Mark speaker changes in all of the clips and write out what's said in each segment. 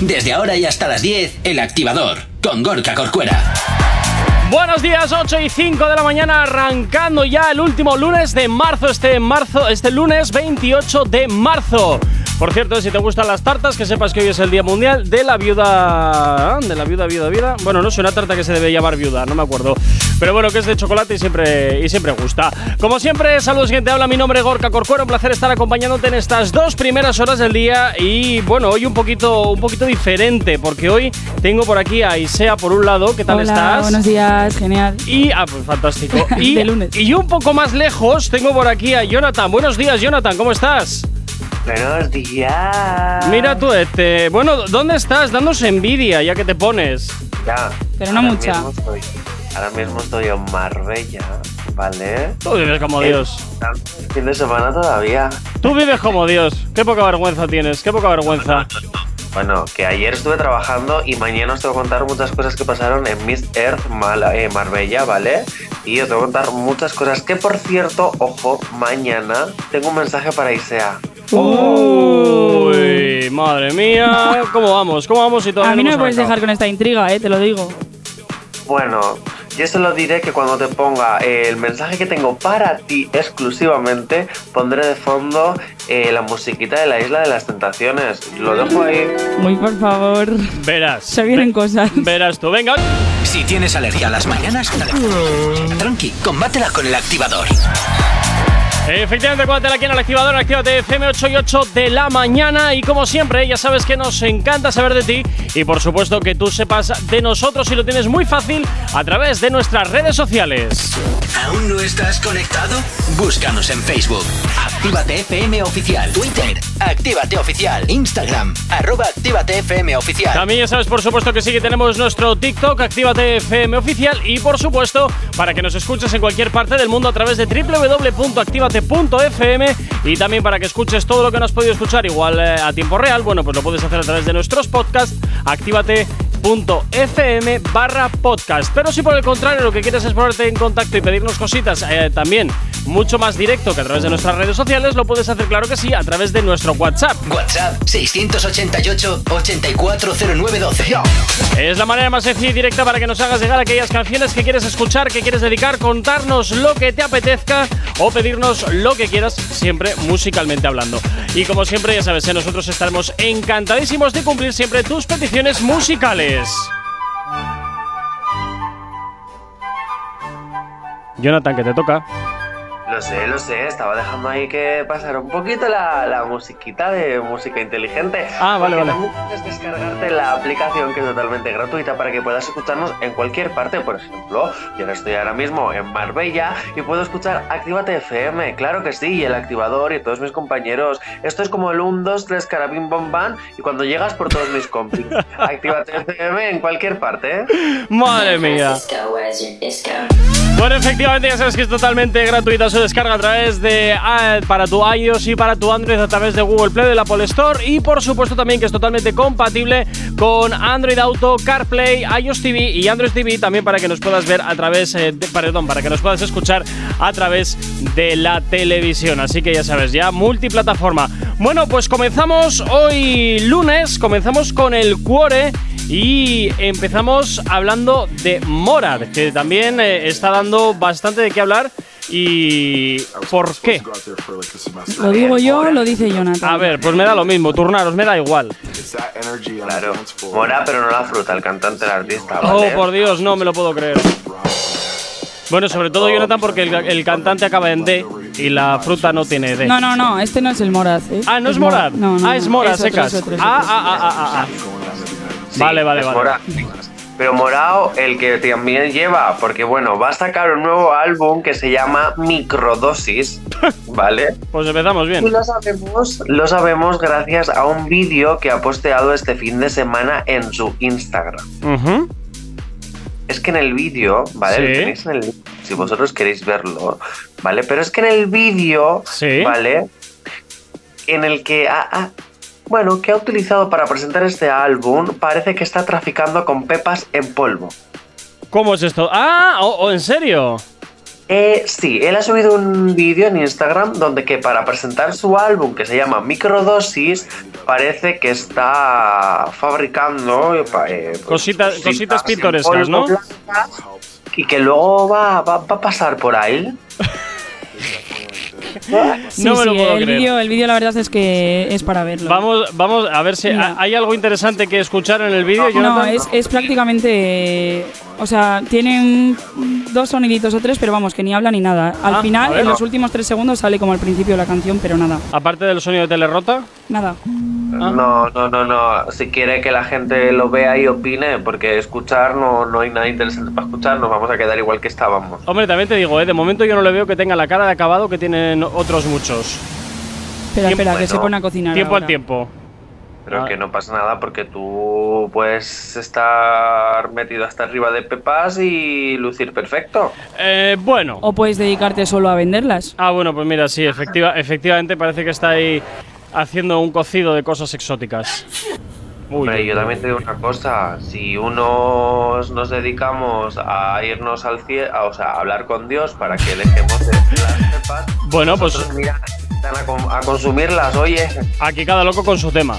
Speaker 1: Desde ahora y hasta las 10, El Activador, con Gorka Corcuera.
Speaker 2: Buenos días, 8 y 5 de la mañana, arrancando ya el último lunes de marzo, este marzo, este lunes 28 de marzo. Por cierto, si te gustan las tartas, que sepas que hoy es el Día Mundial de la Viuda. ah, De la Viuda, Viuda, Viuda. Bueno, no es una tarta que se debe llamar viuda, no me acuerdo. Pero bueno, que es de chocolate y siempre, y siempre gusta. Como siempre, saludos, gente. Habla mi nombre, Gorka Corcuero. Un placer estar acompañándote en estas dos primeras horas del día. Y bueno, hoy un poquito, un poquito diferente, porque hoy tengo por aquí a Isea por un lado. ¿Qué tal
Speaker 3: Hola,
Speaker 2: estás?
Speaker 3: Buenos días, genial.
Speaker 2: Y, ah, pues fantástico. Y,
Speaker 3: De lunes.
Speaker 2: y un poco más lejos tengo por aquí a Jonathan. Buenos días, Jonathan, ¿cómo estás?
Speaker 4: Buenos días.
Speaker 2: Mira tú, este. Bueno, ¿dónde estás? Dándose envidia ya que te pones.
Speaker 4: Ya,
Speaker 3: Pero no
Speaker 4: ahora
Speaker 3: mucha.
Speaker 4: mismo estoy- ahora mismo estoy en Marbella, ¿vale?
Speaker 2: Tú vives como Oh,
Speaker 4: Eh,
Speaker 2: Dios.
Speaker 4: El fin de semana todavía.
Speaker 2: Tú vives como Dios. Qué poca vergüenza tienes, qué poca vergüenza.
Speaker 4: Bueno, que ayer estuve trabajando y mañana os tengo que contar muchas cosas que pasaron en Miss Earth Mala- eh, Marbella, ¿vale? Y os tengo que contar muchas cosas que, por cierto, ojo, mañana tengo un mensaje para Isea.
Speaker 3: Oh.
Speaker 2: Uy, madre mía. ¿Cómo vamos? ¿Cómo vamos y todavía
Speaker 3: Uh. A mí no me
Speaker 2: hemos
Speaker 3: puedes
Speaker 2: arrancado?
Speaker 3: dejar con esta intriga, eh, te lo digo.
Speaker 4: Bueno, yo solo diré que cuando te ponga eh, el mensaje que tengo para ti exclusivamente, pondré de fondo eh, la musiquita de la Isla de las Tentaciones. Lo dejo ahí.
Speaker 3: Muy por favor.
Speaker 2: Verás.
Speaker 3: Se vienen
Speaker 2: ve-
Speaker 3: cosas.
Speaker 2: Verás tú, venga.
Speaker 1: Si tienes alergia a las mañanas, dale. tranqui, combátela con el activador.
Speaker 2: Efectivamente, cuéntale aquí en el activador, actívate FM8 y 8 de la mañana. Y como siempre, ya sabes que nos encanta saber de ti y por supuesto que tú sepas de nosotros y lo tienes muy fácil a través de nuestras redes sociales.
Speaker 1: ¿Aún no estás conectado? Búscanos en Facebook. Actívate FM Oficial. Twitter. Actívate Oficial. Instagram. Arroba Actívate FM Oficial.
Speaker 2: También ya sabes, por supuesto, que sí que tenemos nuestro TikTok, Actívate FM Oficial. Y por supuesto, para que nos escuches en cualquier parte del mundo a través de www.activate.fm y también para que escuches todo lo que no has podido escuchar igual eh, a tiempo real, bueno, pues lo puedes hacer a través de nuestros podcasts, actívate.fm barra podcast. Pero si por el contrario lo que quieres es ponerte en contacto y pedirnos cositas eh, también mucho más directo que a través de nuestras redes sociales, lo puedes hacer claro que sí a través de nuestro WhatsApp.
Speaker 1: WhatsApp 688 840912.
Speaker 2: Es la manera más sencilla y directa para que nos hagas llegar aquellas canciones que quieres escuchar, que quieres dedicar, contarnos lo que te apetezca o pedirnos lo que quieras, siempre musicalmente hablando. Y como siempre, ya sabes, eh, nosotros estaremos encantadísimos de cumplir siempre tus peticiones musicales. Jonathan, que te toca.
Speaker 4: Lo sé, lo sé, estaba dejando ahí que pasara un poquito la, la musiquita de música inteligente.
Speaker 2: Ah, vale,
Speaker 4: Porque
Speaker 2: vale.
Speaker 4: También puedes descargarte la aplicación que es totalmente gratuita para que puedas escucharnos en cualquier parte. Por ejemplo, yo ahora estoy ahora mismo en Marbella y puedo escuchar Actívate FM, claro que sí, y el activador y todos mis compañeros. Esto es como el 1, 2, 3, carabín, bombán y cuando llegas por todos mis compis. Actívate FM en cualquier parte, ¿eh?
Speaker 2: Madre mía.
Speaker 5: Francisco, where's your disco?
Speaker 2: Bueno, efectivamente, ya sabes que es totalmente gratuita su descarga a través de ah, para tu iOS y para tu Android a través de Google Play, de la Apple Store y por supuesto también que es totalmente compatible con Android Auto, CarPlay, iOS TV y Android TV también para que nos puedas ver a través, eh, de- perdón, para que nos puedas escuchar a través de la televisión. Así que ya sabes, ya multiplataforma. Bueno, pues comenzamos hoy lunes, comenzamos con el Cuore. Y empezamos hablando de Morad, que también eh, está dando bastante de qué hablar. ¿Y por qué?
Speaker 3: Lo digo yo, lo dice Jonathan.
Speaker 2: A ver, pues me da lo mismo, turnaros, me da igual.
Speaker 4: Claro, mora pero no la fruta, el cantante, el artista,
Speaker 2: Oh,
Speaker 4: ¿vale?
Speaker 2: por Dios, no me lo puedo creer. Bueno, sobre todo Jonathan, porque el, el cantante acaba en D y la fruta no tiene D.
Speaker 3: No, no, no, este no es el Moraz, ¿eh?
Speaker 2: Ah, no es Morad.
Speaker 3: No, no,
Speaker 2: ah, es
Speaker 3: no,
Speaker 2: Morad,
Speaker 3: otro,
Speaker 2: secas.
Speaker 3: es otro, es
Speaker 2: ah,
Speaker 3: otro.
Speaker 2: ah, ah, ah, ah,
Speaker 4: Sí,
Speaker 2: vale, vale,
Speaker 4: es
Speaker 2: vale.
Speaker 4: Morao. Pero Morao, el que también lleva, porque bueno, va a sacar un nuevo álbum que se llama Microdosis, ¿vale?
Speaker 2: Pues empezamos
Speaker 4: Y
Speaker 2: bien.
Speaker 4: lo sabemos, lo sabemos gracias a un vídeo que ha posteado este fin de semana en su Instagram.
Speaker 2: Ujú.
Speaker 4: Es que en el vídeo, ¿vale?
Speaker 2: Sí.
Speaker 4: Lo tenéis en el link, si vosotros queréis verlo, ¿vale? Pero es que en el vídeo,
Speaker 2: Sí.
Speaker 4: ¿vale? En el que ha, ha- bueno, que ha utilizado para presentar este álbum, parece que está traficando con pepas en polvo.
Speaker 2: ¿Cómo es esto? Ah, oh, oh, ¿en serio?
Speaker 4: Eh, sí, él ha subido un vídeo en Instagram donde que para presentar su álbum que se llama Microdosis parece que está fabricando eh, pa- eh, pues,
Speaker 2: Cositas- cositas
Speaker 4: en
Speaker 2: pintorescas,
Speaker 4: polvo
Speaker 2: ¿no?
Speaker 4: blancas Y que luego va, va- va a pasar por ahí.
Speaker 3: Sí,
Speaker 2: No me lo
Speaker 3: sí,
Speaker 2: puedo
Speaker 3: el
Speaker 2: creer.
Speaker 3: vídeo, el vídeo la verdad es que es para verlo.
Speaker 2: Vamos, vamos a ver si
Speaker 3: Mira.
Speaker 2: ¿hay algo interesante que escuchar en el vídeo,
Speaker 3: No,
Speaker 2: Jonathan?
Speaker 3: es, es prácticamente. O sea, tienen dos soniditos o tres, pero vamos, que ni habla ni nada. Al
Speaker 2: Ah, a
Speaker 3: final,
Speaker 2: ver.
Speaker 3: en los últimos tres segundos sale como al principio la canción, pero nada.
Speaker 2: Aparte del sonido de Telerrota.
Speaker 3: Nada.
Speaker 4: No, no, no, no. Si quiere que la gente lo vea y opine, porque escuchar no, no hay nada interesante para escuchar, nos vamos a quedar igual que estábamos.
Speaker 2: Hombre, también te digo, eh, de momento yo no le veo que tenga la cara de acabado que tienen otros muchos.
Speaker 3: Espera,
Speaker 2: Tiempo-
Speaker 3: espera, que se
Speaker 4: bueno.
Speaker 3: pone a cocinar.
Speaker 2: tiempo
Speaker 3: ahora.
Speaker 2: al tiempo.
Speaker 4: Pero
Speaker 2: Ah.
Speaker 4: que no pasa nada porque tú puedes estar metido hasta arriba de pepas y lucir perfecto.
Speaker 2: Eh, bueno.
Speaker 3: O puedes dedicarte solo a venderlas.
Speaker 2: Ah, bueno, pues mira, sí, efectiva, efectivamente parece que está ahí haciendo un cocido de cosas exóticas. Uy,
Speaker 4: Hombre,
Speaker 2: uy,
Speaker 4: yo
Speaker 2: uy.
Speaker 4: también te digo una cosa, si unos nos dedicamos a irnos al cielo, o sea, a hablar con Dios para que dejemos de las pepas,
Speaker 2: Bueno, pues
Speaker 4: nosotros, mira, están a, com- a consumirlas, oye.
Speaker 2: aquí cada loco con su tema.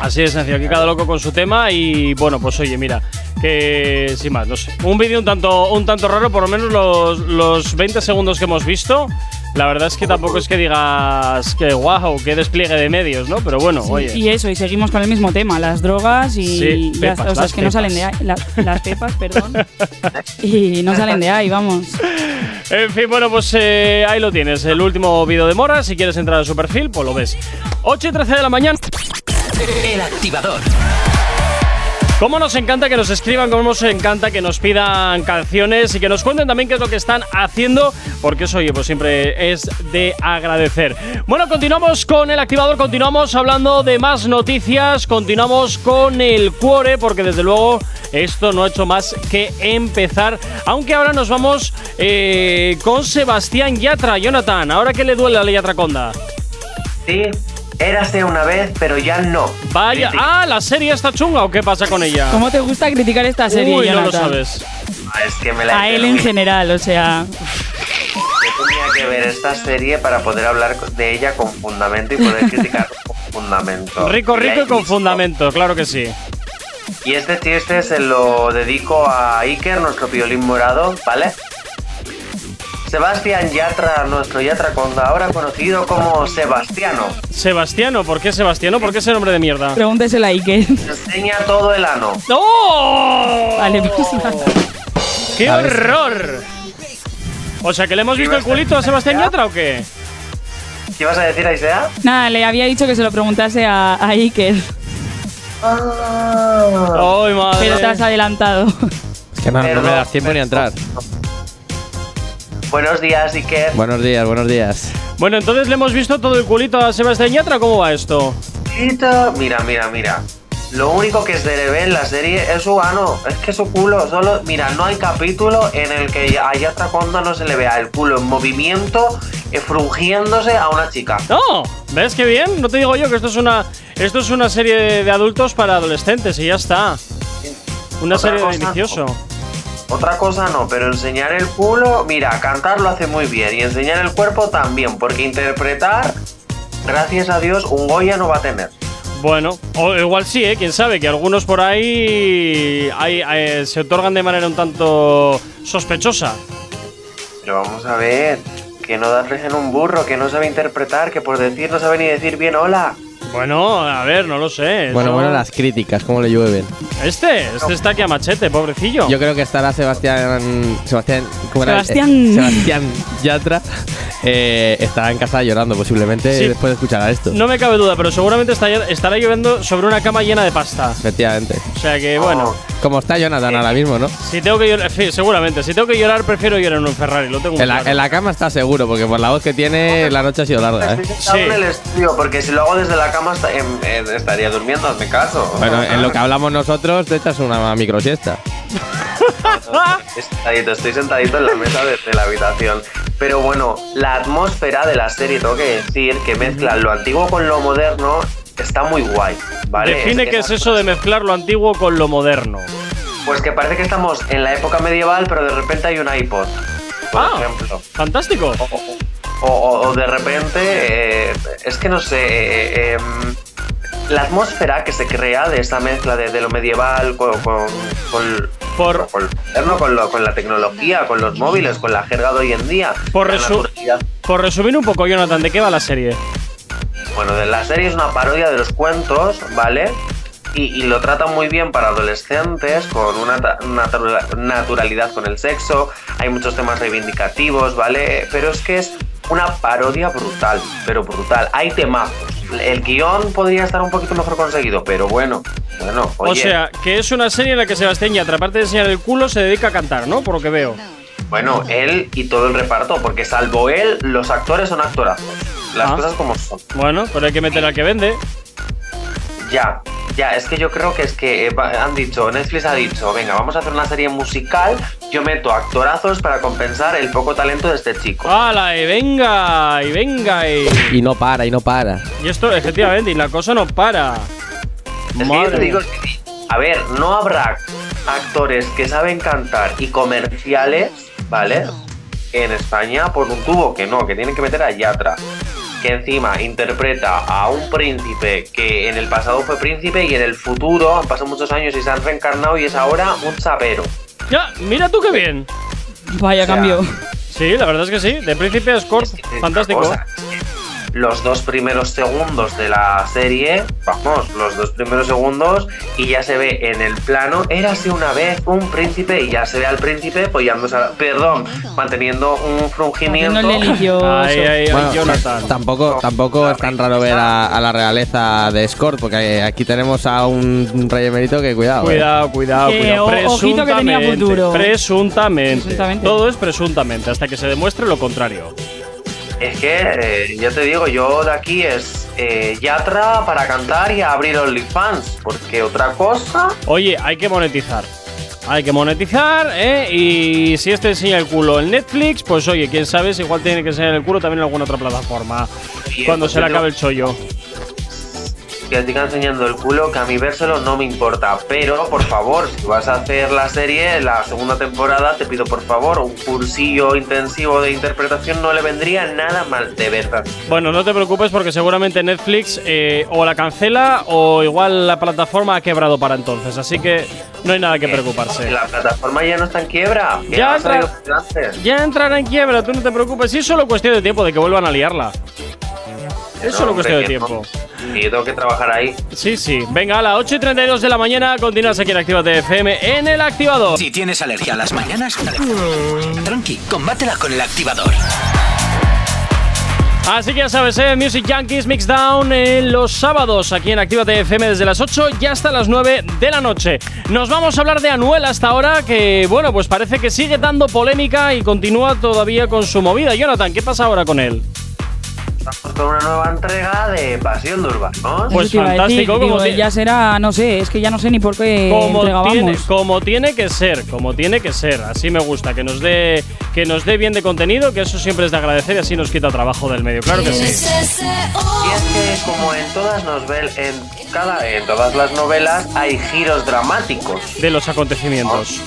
Speaker 2: Así es sencillo, aquí cada loco con su tema y bueno, pues oye, mira, que sin más, no sé. Un vídeo un tanto, un tanto raro, por lo menos los, los 20 segundos que hemos visto. La verdad es que tampoco es que digas que wow, qué despliegue de medios, ¿no? Pero bueno,
Speaker 3: Sí,
Speaker 2: oye.
Speaker 3: y eso, y seguimos con el mismo tema, las drogas y
Speaker 2: Sí,
Speaker 3: y las-
Speaker 2: pepas,
Speaker 3: o sea,
Speaker 2: las
Speaker 3: es que no salen de ahí,
Speaker 2: pepas.
Speaker 3: las, las pepas, perdón, y no salen de ahí, vamos.
Speaker 2: En fin, bueno, pues eh, ahí lo tienes, el último vídeo de Mora. Si quieres entrar a su perfil, pues lo ves. 8 y 13 de la mañana.
Speaker 1: El activador.
Speaker 2: ¿Cómo nos encanta que nos escriban? ¿Cómo nos encanta que nos pidan canciones y que nos cuenten también qué es lo que están haciendo? Porque eso, oye, pues siempre es de agradecer. Bueno, continuamos con el activador, continuamos hablando de más noticias, continuamos con el cuore, porque desde luego esto no ha hecho más que empezar. Aunque ahora nos vamos eh, con Sebastián Yatra. Jonathan, ¿ahora qué le duele a la Yatraconda?
Speaker 4: Sí, érase una vez, pero ya no.
Speaker 2: Vaya,
Speaker 4: Sí, sí.
Speaker 2: ah, la serie está chunga o qué pasa con ella?
Speaker 3: ¿Cómo te gusta criticar esta serie,
Speaker 2: Uy, no lo
Speaker 3: Jonathan?
Speaker 2: sabes.
Speaker 4: Ah, es que me la
Speaker 3: A él en
Speaker 4: interrumpí.
Speaker 3: general, o sea,
Speaker 4: Yo tenía que ver esta serie para poder hablar de ella con fundamento y poder criticar con fundamento.
Speaker 2: Rico,
Speaker 4: Ya
Speaker 2: rico
Speaker 4: he
Speaker 2: y con
Speaker 4: visto.
Speaker 2: fundamento, claro que sí.
Speaker 4: Y este chiste se lo dedico a Iker, nuestro violín morado, ¿vale? Sebastián Yatra, nuestro Yatra Conda, ahora conocido como Sebastiano,
Speaker 2: Sebastiano, ¿por qué Sebastiano? ¿Por qué ese nombre de mierda?
Speaker 3: pregúntesela a Iker.
Speaker 4: enseña todo el ano.
Speaker 2: ¡No!
Speaker 3: Vale, pues nada.
Speaker 2: ¡Qué
Speaker 5: A ver.
Speaker 2: horror! O sea, ¿que le hemos visto el culito a Sebastián Yatra o qué?
Speaker 4: ¿Qué vas a decir,
Speaker 5: Ah,
Speaker 4: Aisea?
Speaker 3: Nada, le había dicho que se lo preguntase a, a Iker,
Speaker 2: ¡Ay,
Speaker 3: pero te has
Speaker 2: madre!
Speaker 3: adelantado.
Speaker 5: Es que no, no me
Speaker 4: Perdón,
Speaker 5: das tiempo ni a entrar.
Speaker 2: pues,
Speaker 4: Buenos días, Iker.
Speaker 5: Buenos días, buenos días.
Speaker 2: Bueno, entonces le hemos visto todo el culito a Sebastián Yatra, ¿cómo va esto?
Speaker 4: Chiquito. Mira, mira, mira. Lo único que se le ve en la serie es su ano, es que su culo, solo, mira, no hay capítulo en el que a Yatra Conda no se le vea el culo en movimiento, eh, frungiéndose a una chica.
Speaker 2: ¡No! ¿Ves qué bien? No te digo yo que esto es una, esto es una serie de adultos para adolescentes y ya está. Una
Speaker 4: Otra
Speaker 2: serie de
Speaker 4: cosa.
Speaker 2: delicioso.
Speaker 4: Otra cosa no, pero enseñar el culo, mira, cantar lo hace muy bien y enseñar el cuerpo también, porque interpretar, gracias a Dios, un Goya no va a tener.
Speaker 2: Bueno, o igual sí, ¿eh? Quién sabe, que algunos por ahí hay- eh, se otorgan de manera un tanto sospechosa.
Speaker 4: Pero vamos a ver, que no da en un burro, que no sabe interpretar, que por decir no sabe ni decir bien hola.
Speaker 2: Bueno, a ver, no lo sé.
Speaker 5: Bueno,
Speaker 2: eso-
Speaker 5: bueno, las críticas, cómo le llueven.
Speaker 2: Este, este está aquí a machete, pobrecillo.
Speaker 5: Yo creo que estará Sebastián. Sebastián. ¿cómo era?
Speaker 3: Sebastián.
Speaker 5: Eh, Sebastián Yatra. eh, estará en casa llorando posiblemente
Speaker 2: Sí.
Speaker 5: después de escuchar a esto.
Speaker 2: No me cabe duda, pero seguramente está- estará lloviendo sobre una cama llena de pasta.
Speaker 5: Efectivamente.
Speaker 2: O sea que,
Speaker 5: Oh.
Speaker 4: Oh.
Speaker 2: bueno,
Speaker 5: Como está Jonathan ahora mismo, ¿no?
Speaker 2: si tengo que llorar, sí, seguramente, si tengo que llorar, prefiero llorar en un Ferrari, lo tengo muy
Speaker 5: En la,
Speaker 2: claro.
Speaker 5: en la cama está seguro, porque por la voz que tiene, la noche ha sido larga, ¿eh?
Speaker 4: Estoy sentado
Speaker 2: Sí.
Speaker 4: en el estudio, porque si lo hago desde la cama esta- em, eh, estaría durmiendo, hazme caso.
Speaker 5: Bueno, en lo que hablamos nosotros, te echas una micro siesta.
Speaker 2: Ah,
Speaker 4: Estoy sentadito, estoy sentadito en la mesa de, de la habitación. Pero bueno, la atmósfera de la serie, tengo que decir, que mezcla lo antiguo con lo moderno, está muy guay. ¿vale?
Speaker 2: Define qué es
Speaker 4: esa-
Speaker 2: eso de mezclar lo antiguo con lo moderno.
Speaker 4: Pues que parece que estamos en la época medieval, pero de repente hay un iPod. por
Speaker 2: Ah.
Speaker 4: ejemplo.
Speaker 2: Fantástico.
Speaker 4: O, o- o de repente, eh, es que no sé, eh, eh, em, la atmósfera que se crea de esta mezcla de, de lo medieval con, con, con-
Speaker 2: Por-
Speaker 4: con lo moderno, con, lo- con la tecnología, con los móviles, con la jerga de hoy en día.
Speaker 2: Por
Speaker 4: la
Speaker 2: resu-
Speaker 4: naturalidad.
Speaker 2: Por resumir un poco, Jonathan, ¿de qué va la serie?
Speaker 4: Bueno, de- la serie es una parodia de los cuentos, ¿vale? Y, y lo trata muy bien para adolescentes, con una ta- natura- naturalidad con el sexo, hay muchos temas reivindicativos, ¿vale? Pero es que es una parodia brutal, pero brutal. Hay temazos. El guión podría estar un poquito mejor conseguido, pero bueno, bueno, oye,
Speaker 2: O sea, que es una serie en la que Sebastián Yatra, aparte de enseñar el culo, se dedica a cantar, ¿no? Por lo que veo.
Speaker 4: bueno, él y todo el reparto, porque salvo él, los actores son actorazos. Las
Speaker 2: Ah.
Speaker 4: cosas como son.
Speaker 2: Bueno, pero hay que meter al que vende.
Speaker 4: Ya, ya, es que yo creo que es que eh, va- han dicho, Netflix ha dicho, venga, vamos a hacer una serie musical, yo meto actorazos para compensar el poco talento de este chico.
Speaker 2: ¡Hala! Y venga, y venga, y.
Speaker 5: Y no para, y no para.
Speaker 2: Y esto, efectivamente, y la cosa no para.
Speaker 4: es que yo te digo, que- a ver, no habrá actores que saben cantar y comerciales, ¿vale? En España por un tubo que no, que tienen que meter a Yatra. Que encima interpreta a un príncipe que en el pasado fue príncipe y en el futuro han pasado muchos años y se han reencarnado y es ahora un sapero.
Speaker 2: Ya, mira tú qué bien.
Speaker 3: Vaya
Speaker 4: O sea,
Speaker 3: cambio.
Speaker 2: Sí, la verdad es que sí. De príncipe a Scorp,
Speaker 4: Es que es una
Speaker 2: fantástico.
Speaker 4: cosa, es que Los dos primeros segundos de la serie, vamos, los dos primeros segundos, y ya se ve en el plano, érase una vez un príncipe, y ya se ve al príncipe apoyándose, a- perdón, manteniendo un frungimiento.
Speaker 3: Haciéndole limpioso.
Speaker 2: Ay, ay, ay,
Speaker 5: Bueno,
Speaker 2: Jonathan.
Speaker 5: Tampoco, tampoco es tan raro ver a, a la realeza de Escort, porque aquí tenemos a un rey emérito que cuidado. eh.
Speaker 2: Cuidado, cuidado,
Speaker 3: Que
Speaker 2: cuidado.
Speaker 3: o- ojito que tenía
Speaker 2: Presuntamente,
Speaker 3: futuro.
Speaker 2: Presuntamente.
Speaker 3: Presuntamente.
Speaker 2: Todo es presuntamente, hasta que se demuestre lo contrario.
Speaker 4: Es que, eh, yo te digo, yo de aquí es eh, Yatra para cantar y abrir OnlyFans, porque otra cosa,
Speaker 2: Oye, hay que monetizar. Hay que monetizar, ¿eh? Y si este enseña el culo en Netflix, pues oye, quién sabe, si igual tiene que enseñar el culo también en alguna otra plataforma.
Speaker 4: Oye,
Speaker 2: Cuando
Speaker 4: pues
Speaker 2: se le
Speaker 4: yo digo-
Speaker 2: acabe el chollo.
Speaker 4: que siga enseñando el culo, que a mí vérselo no me importa. Pero, por favor, si vas a hacer la serie, la segunda temporada, te pido por favor, un cursillo intensivo de interpretación no le vendría nada mal, de verdad.
Speaker 2: Bueno, no te preocupes porque seguramente Netflix eh, o la cancela o igual la plataforma ha quebrado para entonces. Así que no hay nada que preocuparse.
Speaker 4: La plataforma ya no está en quiebra. que
Speaker 2: Ya
Speaker 4: ha este
Speaker 2: entra-
Speaker 4: salido por delante.
Speaker 2: Ya entrará en quiebra, tú no te preocupes. Sí, es solo cuestión de tiempo de que vuelvan a liarla.
Speaker 4: Que
Speaker 2: Es solo
Speaker 4: hombre,
Speaker 2: cuestión de
Speaker 4: que no.
Speaker 2: tiempo.
Speaker 4: Y yo tengo que trabajar ahí.
Speaker 2: Sí, sí. Venga, a las 8 y 32 de la mañana continúas aquí en Actívate FM en el activador.
Speaker 1: Si tienes alergia a las mañanas, tranqui, combátela con el activador.
Speaker 2: Así que ya sabes, ¿eh? Music Junkies Mixdown eh, los sábados aquí en Actívate FM desde las 8 y hasta las 9 de la noche. Nos vamos a hablar de Anuel hasta ahora, que bueno, pues parece que sigue dando polémica y continúa todavía con su movida. Jonathan, ¿qué pasa ahora con él?
Speaker 4: Estamos con una nueva entrega de Pasión de Urbanos.
Speaker 2: Pues
Speaker 3: Eso te iba a decir,
Speaker 2: fantástico,
Speaker 3: digo,
Speaker 2: como te-
Speaker 3: ya será, no sé, es que ya no sé ni por qué
Speaker 2: Como
Speaker 3: entregábamos.
Speaker 2: tiene, como tiene que ser, como tiene que ser. Así me gusta, que nos dé que nos dé bien de contenido, que eso siempre es de agradecer y así nos quita trabajo del medio. Claro que sí.
Speaker 4: Y es que como en todas novel, en cada, en todas las novelas hay giros dramáticos.
Speaker 2: De los acontecimientos.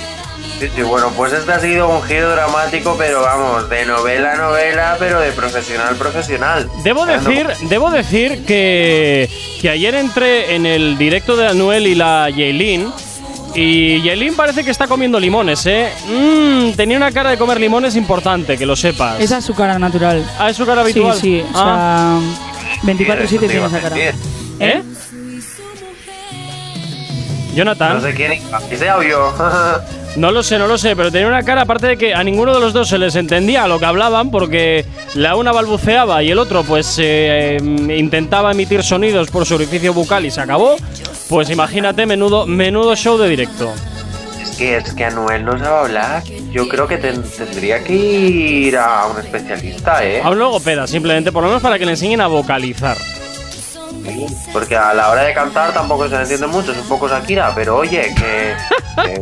Speaker 4: Sí, sí, bueno, pues este ha sido un giro dramático, pero vamos, de novela a novela, pero de profesional a profesional.
Speaker 2: Debo
Speaker 4: Bueno,
Speaker 2: decir, debo decir que, que ayer entré en el directo de Anuel y la Yailin. Y Yailin parece que está comiendo limones, ¿eh? Mmm, tenía una cara de comer limones importante, que lo sepas.
Speaker 3: Esa es su cara natural.
Speaker 2: Ah, es su cara
Speaker 3: Sí,
Speaker 2: habitual.
Speaker 3: sí, o
Speaker 2: Ah.
Speaker 3: sea,
Speaker 4: eso
Speaker 3: 24-7
Speaker 4: te
Speaker 3: tiene
Speaker 4: iba a
Speaker 3: esa cara.
Speaker 4: decir.
Speaker 2: ¿Eh? Jonathan. ¿ah?
Speaker 4: No sé quién iba, si sea o yo.
Speaker 2: No lo sé, no lo sé, pero tenía una cara, aparte de que a ninguno de los dos se les entendía lo que hablaban, porque la una balbuceaba y el otro, pues, eh, eh, intentaba emitir sonidos por su orificio bucal y se acabó. Pues imagínate, menudo, menudo show de directo.
Speaker 4: es que es que Anuel no sabe hablar. Yo creo que ten- tendría que ir a un especialista, ¿eh?
Speaker 2: A un logopeda, simplemente, por lo menos para que le enseñen a vocalizar.
Speaker 4: Porque a la hora de cantar tampoco se le entiende mucho, es un poco Shakira, pero oye, que. que-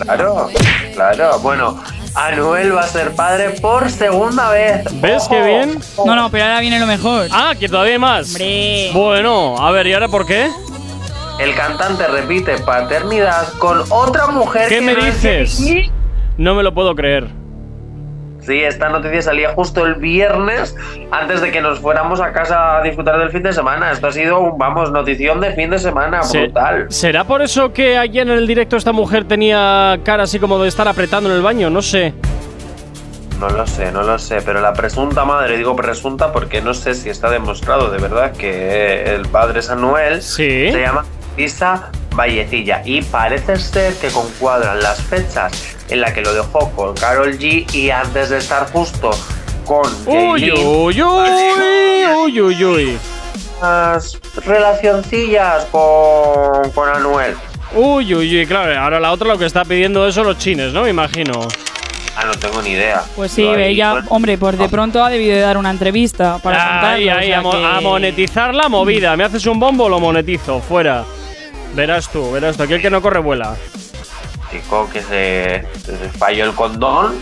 Speaker 4: claro, claro. Bueno, Anuel va a ser padre por segunda vez.
Speaker 2: ¿Ves qué
Speaker 4: Ojo.
Speaker 2: bien?
Speaker 3: No, no, pero ahora viene lo mejor.
Speaker 2: Ah, que todavía hay más.
Speaker 3: Hombre.
Speaker 2: Bueno, a ver, ¿y ahora por qué?
Speaker 4: El cantante repite paternidad con otra mujer
Speaker 2: ¿Qué
Speaker 4: que
Speaker 2: me
Speaker 4: no es
Speaker 2: dices?
Speaker 4: de-
Speaker 2: No me lo puedo creer.
Speaker 4: Sí, esta noticia salía justo el viernes antes de que nos fuéramos a casa a disfrutar del fin de semana. Esto ha sido, un, vamos, notición de fin de semana
Speaker 2: Se-
Speaker 4: brutal.
Speaker 2: ¿Será por eso que ayer en el directo esta mujer tenía cara así como de estar apretando en el baño? No sé.
Speaker 4: No lo sé, no lo sé, pero la presunta madre, digo presunta porque no sé si está demostrado de verdad que el padre Samuel
Speaker 2: Sí.
Speaker 4: se llama Lisa Vallecilla y parece ser que concuadran las fechas en la que lo dejó con Carol G y antes de estar justo con
Speaker 2: Uy,
Speaker 4: Jaylin,
Speaker 2: uy, uy, uy, uy, uy.
Speaker 4: unas relacioncillas con, con Anuel.
Speaker 2: Uy, uy, uy, claro, ahora la otra lo que está pidiendo eso los chines, ¿no? Me imagino.
Speaker 4: Ah, no tengo ni idea.
Speaker 3: Pues sí,
Speaker 4: Yo ahí,
Speaker 3: ella,
Speaker 4: pues,
Speaker 3: hombre, por de
Speaker 4: ah,
Speaker 3: pronto ha debido de dar una entrevista para
Speaker 2: Ahí,
Speaker 3: contarlo, o
Speaker 2: ahí,
Speaker 3: sea
Speaker 2: a, mo-
Speaker 3: que-
Speaker 2: a monetizar la movida. Me haces un bombo, lo monetizo, fuera. Verás tú, verás tú, aquel que no corre vuela.
Speaker 4: chico, que se, se falló el condón,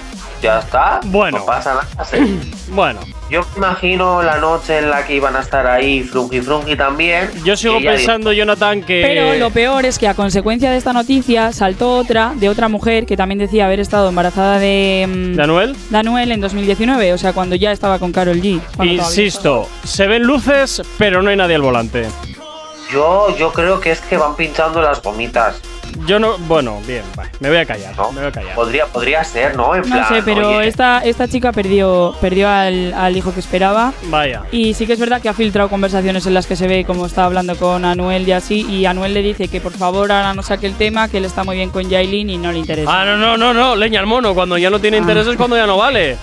Speaker 4: ya está.
Speaker 2: Bueno.
Speaker 4: No pasa nada. sí.
Speaker 2: Bueno,
Speaker 4: Yo me imagino la noche en la que iban a estar ahí Frungi Frungi también.
Speaker 2: yo sigo
Speaker 4: que ella
Speaker 2: pensando, Jonathan, que.
Speaker 3: Pero lo peor es que a consecuencia de esta noticia saltó otra de otra mujer que también decía haber estado embarazada de, mm,
Speaker 2: ¿De Anuel?
Speaker 3: de Anuel en 2019, o sea, cuando ya estaba con Carol G. cuando todavía
Speaker 2: Insisto, se ven luces, pero no hay nadie al volante.
Speaker 4: dijo, Yo, yo creo que es que van pinchando las gomitas,
Speaker 2: Yo no. Bueno, bien, vale, me voy a callar.
Speaker 4: ¿no?
Speaker 2: Me voy a callar.
Speaker 4: Podría, podría ser, ¿no? En
Speaker 3: No
Speaker 4: plan,
Speaker 3: sé, pero
Speaker 4: oye,
Speaker 3: esta, esta chica perdió, perdió al, al hijo que esperaba.
Speaker 2: Vaya.
Speaker 3: Y sí que es verdad que ha filtrado conversaciones en las que se ve como está hablando con Anuel y así. Y Anuel le dice que por favor ahora no saque el tema, que él está muy bien con Yailin y no le interesa.
Speaker 2: Ah, no, no, no, no, leña al mono. Cuando ya no tiene
Speaker 3: Ah.
Speaker 2: interés es cuando ya no vale.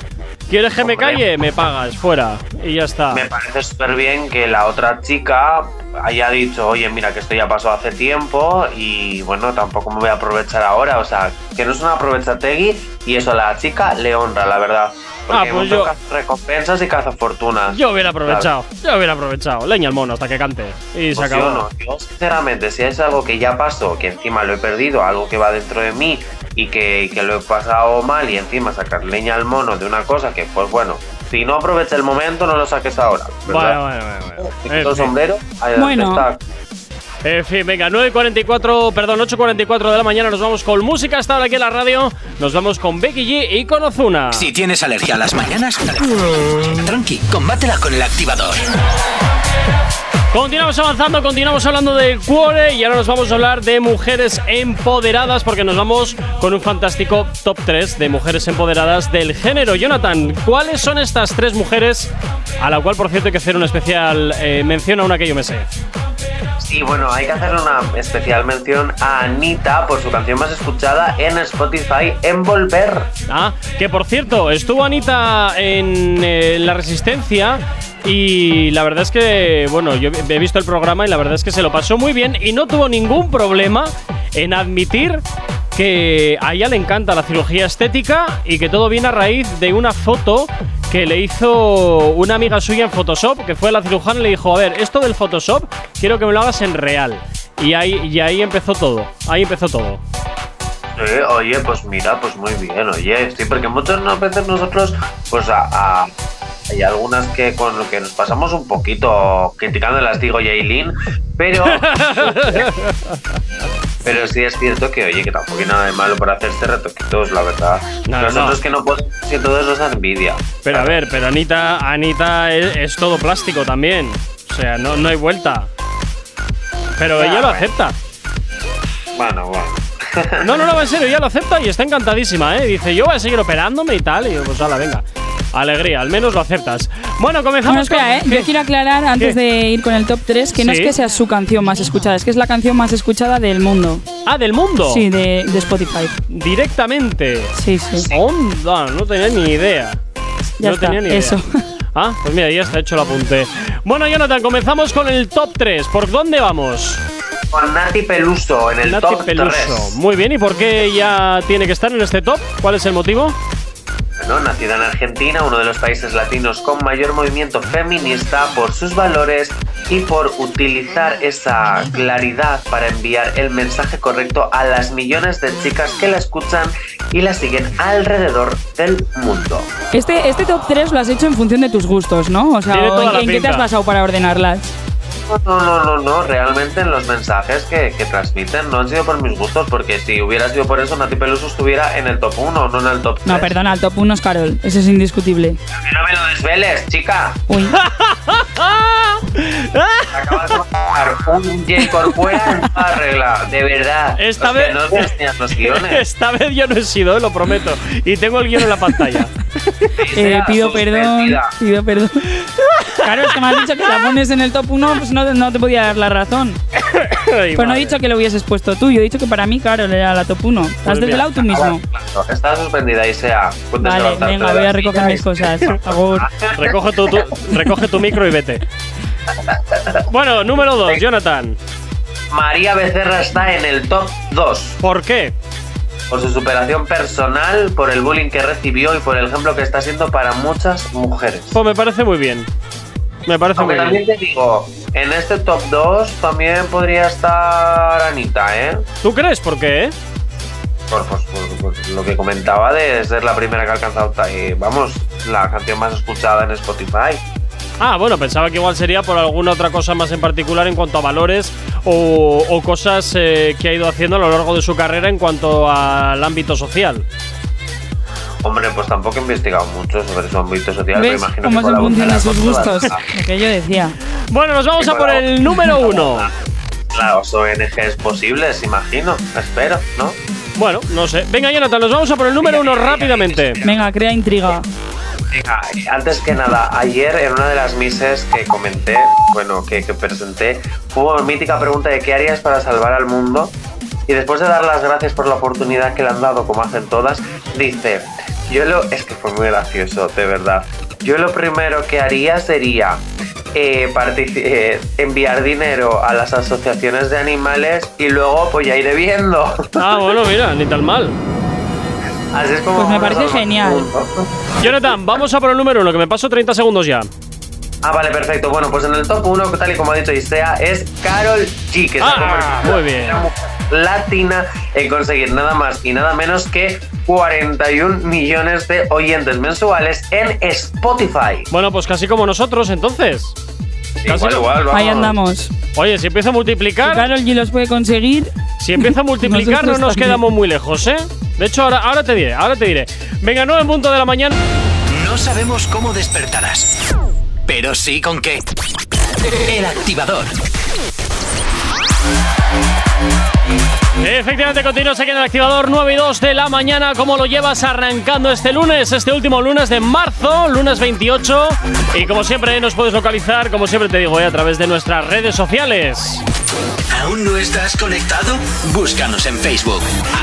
Speaker 2: ¿Quieres que me
Speaker 4: Hombre.
Speaker 2: calle? Me pagas, fuera. Y ya está.
Speaker 4: Me parece súper bien que la otra chica haya dicho, oye, mira, que esto ya pasó hace tiempo y bueno, tampoco me voy a aprovechar ahora. O sea, que no es una aprovechategui y eso a la chica le honra, la verdad.
Speaker 2: Ah,
Speaker 4: Porque
Speaker 2: pues
Speaker 4: mucho
Speaker 2: yo-
Speaker 4: caza recompensas y caza fortunas.
Speaker 2: Yo hubiera aprovechado. Yo hubiera aprovechado. Leña al mono hasta que cante. Y se
Speaker 4: Pues
Speaker 2: acabó.
Speaker 4: yo no, yo sinceramente, si es algo que ya pasó, que encima lo he perdido, algo que va dentro de mí y que, y que lo he pasado mal y encima sacar leña al mono de una cosa que, pues bueno, si no aprovecha el momento, no lo saques ahora.
Speaker 2: Bueno,
Speaker 4: ¿verdad? Oh,
Speaker 2: bueno, eh, bueno.
Speaker 4: Te
Speaker 2: bueno.
Speaker 4: quito
Speaker 2: En
Speaker 4: el
Speaker 2: fin.
Speaker 4: sombrero, adelante
Speaker 3: Bueno.
Speaker 4: está.
Speaker 2: En fin, venga, 9.44, perdón, 8.44 de la mañana nos vamos con música hasta ahora aquí en la radio. Nos vamos con Becky G y con Ozuna.
Speaker 1: Si tienes alergia a las mañanas, dale. tranqui, combátela con el activador.
Speaker 2: Continuamos avanzando, continuamos hablando del cuore y ahora nos vamos a hablar de mujeres empoderadas porque nos vamos con un fantástico top 3 de mujeres empoderadas del género. Jonathan, ¿cuáles son estas tres mujeres a la cual, por cierto, hay que hacer una especial eh, mención a una que yo me sé?
Speaker 4: Sí, bueno, hay que hacer una especial mención a Anita por su canción más escuchada en Spotify, Envolver.
Speaker 2: Ah, que por cierto, estuvo Anita en eh, La Resistencia y la verdad es que, bueno, yo he visto el programa y la verdad es que se lo pasó muy bien y no tuvo ningún problema en admitir que a ella le encanta la cirugía estética y que todo viene a raíz de una foto que le hizo una amiga suya en Photoshop, que fue a la cirujana y le dijo, a ver, esto del Photoshop quiero que me lo hagas en real. Y ahí, y ahí empezó todo, ahí empezó todo.
Speaker 4: Eh, oye, pues mira, pues muy bien, oye, sí, porque muchas veces nosotros, pues a, a- hay algunas que con lo que nos pasamos un poquito criticándolas, digo Yailin, pero. pero sí es cierto que, oye, que tampoco hay nada de malo por hacerse retoquitos, la verdad.
Speaker 2: No, no,
Speaker 4: nosotros
Speaker 2: no.
Speaker 4: que no podemos, que todo eso es envidia.
Speaker 2: Pero a ver, pero Anita, Anita es, es todo plástico también. O sea, no, no hay vuelta. Pero ella lo acepta.
Speaker 4: Bueno, bueno.
Speaker 2: No, no, no, en serio, ella lo acepta y está encantadísima, ¿eh? Dice, yo voy a seguir operándome y tal. Y yo, pues, ala, venga. Alegría, al menos lo aceptas. Bueno, comenzamos
Speaker 3: Bueno, espera, ¿eh?
Speaker 2: con...
Speaker 3: Yo quiero aclarar antes
Speaker 2: ¿Qué?
Speaker 3: de ir con el top 3 que no es
Speaker 2: Sí.
Speaker 3: que sea su canción más escuchada, es que es la canción más escuchada del mundo.
Speaker 2: Ah, del mundo.
Speaker 3: Sí, de, de Spotify.
Speaker 2: Directamente.
Speaker 3: Sí, sí.
Speaker 2: Onda, no tenía ni idea.
Speaker 3: Ya
Speaker 2: no
Speaker 3: está,
Speaker 2: tenía ni idea.
Speaker 3: eso.
Speaker 2: Ah, pues mira, ya está hecho el apunte. Bueno, Jonathan, comenzamos con el top 3. ¿Por dónde vamos?
Speaker 4: Con Nati Peluso en el
Speaker 2: Nati
Speaker 4: top
Speaker 2: Peluso.
Speaker 4: 3.
Speaker 2: Muy bien, ¿y por qué ya tiene que estar en este top? ¿Cuál es el motivo?
Speaker 4: ¿no? Nacida en Argentina, uno de los países latinos con mayor movimiento feminista por sus valores y por utilizar esa claridad para enviar el mensaje correcto a las millones de chicas que la escuchan y la siguen alrededor del mundo.
Speaker 3: Este, este top 3 lo has hecho en función de tus gustos, ¿no? O sea,
Speaker 2: Tiene
Speaker 3: o
Speaker 2: toda
Speaker 3: ¿en,
Speaker 2: la
Speaker 3: en qué te
Speaker 2: pinta.
Speaker 3: has basado para ordenarlas?
Speaker 4: no, no, no, no. Realmente los mensajes que, que transmiten no han sido por mis gustos, porque si hubiera sido por eso, Nati Peluso estuviera en el top 1, no en el top 3.
Speaker 2: Eh.
Speaker 3: No, perdona, el top 1 es Carol. Eso es indiscutible.
Speaker 4: Que no me lo desveles, chica.
Speaker 3: Uy.
Speaker 4: Acabas de bajar un J corpuera en toda regla, de verdad.
Speaker 2: Esta
Speaker 4: O sea,
Speaker 2: vez-
Speaker 4: No este te enseñas los guiones.
Speaker 2: Esta vez yo no he sido, eh, lo prometo. Y tengo el guión en la pantalla.
Speaker 3: Eh,
Speaker 4: Sea
Speaker 3: pido perdón.
Speaker 4: suspendida.
Speaker 3: Pido perdón. Claro, es que me has dicho que la pones en el top 1, pues no, no te podía dar la razón.
Speaker 2: Ay,
Speaker 3: Pues no he
Speaker 2: madre.
Speaker 3: dicho que lo hubieses puesto tú, yo he dicho que para mí, Carol era la top 1.
Speaker 4: Pues
Speaker 3: Has
Speaker 2: mira,
Speaker 3: desvelado tú mismo.
Speaker 4: Claro, Está suspendida y sea. puedes
Speaker 3: Vale,
Speaker 4: levantarte
Speaker 3: venga,
Speaker 4: de
Speaker 3: voy
Speaker 4: la
Speaker 3: a recoger
Speaker 4: silla
Speaker 3: mis
Speaker 4: y-
Speaker 3: cosas. Agur.
Speaker 4: Ah,
Speaker 2: Recoge tu, tu- recoge tu micro y vete. Bueno, número 2, Jonathan.
Speaker 4: María Becerra está en el top 2
Speaker 2: ¿Por qué?
Speaker 4: por su superación personal, por el bullying que recibió y por el ejemplo que está siendo para muchas mujeres.
Speaker 2: Pues me parece muy bien. Me parece
Speaker 4: Aunque
Speaker 2: muy
Speaker 4: también
Speaker 2: bien.
Speaker 4: te digo, en este top 2 también podría estar Anita, ¿eh?
Speaker 2: ¿Tú crees por qué? eh?
Speaker 4: Por, por- por- por lo que comentaba de ser la primera que ha alcanzado, eh, vamos, la canción más escuchada en Spotify.
Speaker 2: Ah, bueno, pensaba que igual sería por alguna otra cosa más en particular en cuanto a valores o, o cosas eh, que ha ido haciendo a lo largo de su carrera en cuanto al ámbito social.
Speaker 4: Hombre, pues tampoco he investigado mucho sobre su ámbito social, pero
Speaker 3: ¿Ves
Speaker 4: imagino
Speaker 3: cómo
Speaker 4: que
Speaker 3: se
Speaker 4: por la Ah.
Speaker 3: funcionan
Speaker 4: búsqueda
Speaker 3: sus
Speaker 4: con todas
Speaker 3: gustos? Lo que yo decía.
Speaker 2: Bueno, nos vamos a por el número uno.
Speaker 4: Las ONGs posibles, imagino, espero, ¿no?
Speaker 2: Bueno, no sé. Venga, Jonathan, nos vamos a por el número uno rápidamente.
Speaker 3: Venga, crea intriga.
Speaker 4: Pues Venga, eh, antes que nada, ayer en una de las mises que comenté, bueno, que, que presenté, hubo una mítica pregunta de qué harías para salvar al mundo. Y después de dar las gracias por la oportunidad que le han dado, como hacen todas, dice, yo lo... Es que fue muy gracioso, de verdad. Yo lo primero que haría sería eh, partici- eh, enviar dinero a las asociaciones de animales y luego pues ya iré viendo.
Speaker 2: Ah, bueno, mira, ni tan mal.
Speaker 4: Así es como...
Speaker 3: Pues me
Speaker 4: vamos
Speaker 3: parece
Speaker 4: a salvar
Speaker 3: genial.
Speaker 4: al mundo.
Speaker 2: Jonathan, vamos a por el número uno, que me paso 30 segundos ya.
Speaker 4: Ah, vale, perfecto. Bueno, pues en el top 1, tal y como ha dicho Isea, es Carol G, que se ha
Speaker 2: Ah,
Speaker 4: convertido
Speaker 2: muy
Speaker 4: en
Speaker 2: bien.
Speaker 4: la mujer latina en conseguir nada más y nada menos que 41 millones de oyentes mensuales en Spotify.
Speaker 2: Bueno, pues casi como nosotros, entonces. Casi lo-
Speaker 3: Ahí andamos.
Speaker 2: Oye, si empieza a
Speaker 4: Ah.
Speaker 3: Si
Speaker 2: multiplicar,
Speaker 3: Carol G los puede conseguir.
Speaker 2: si empieza a multiplicar no
Speaker 3: Nosotros
Speaker 2: nos
Speaker 3: también.
Speaker 2: quedamos muy lejos, ¿eh? De hecho, ahora, ahora te diré, ahora te diré. Venga, 9 en punto de la mañana.
Speaker 1: No sabemos cómo despertarás, pero sí con qué. El activador.
Speaker 2: Efectivamente, continuas aquí en el activador 9 y 2 de la mañana. ¿Cómo lo llevas arrancando este lunes? Este último lunes de marzo, lunes 28. Y como siempre, nos puedes localizar, como siempre te digo, eh, a través de nuestras redes sociales.
Speaker 1: ¿Aún no estás conectado? Búscanos en Facebook.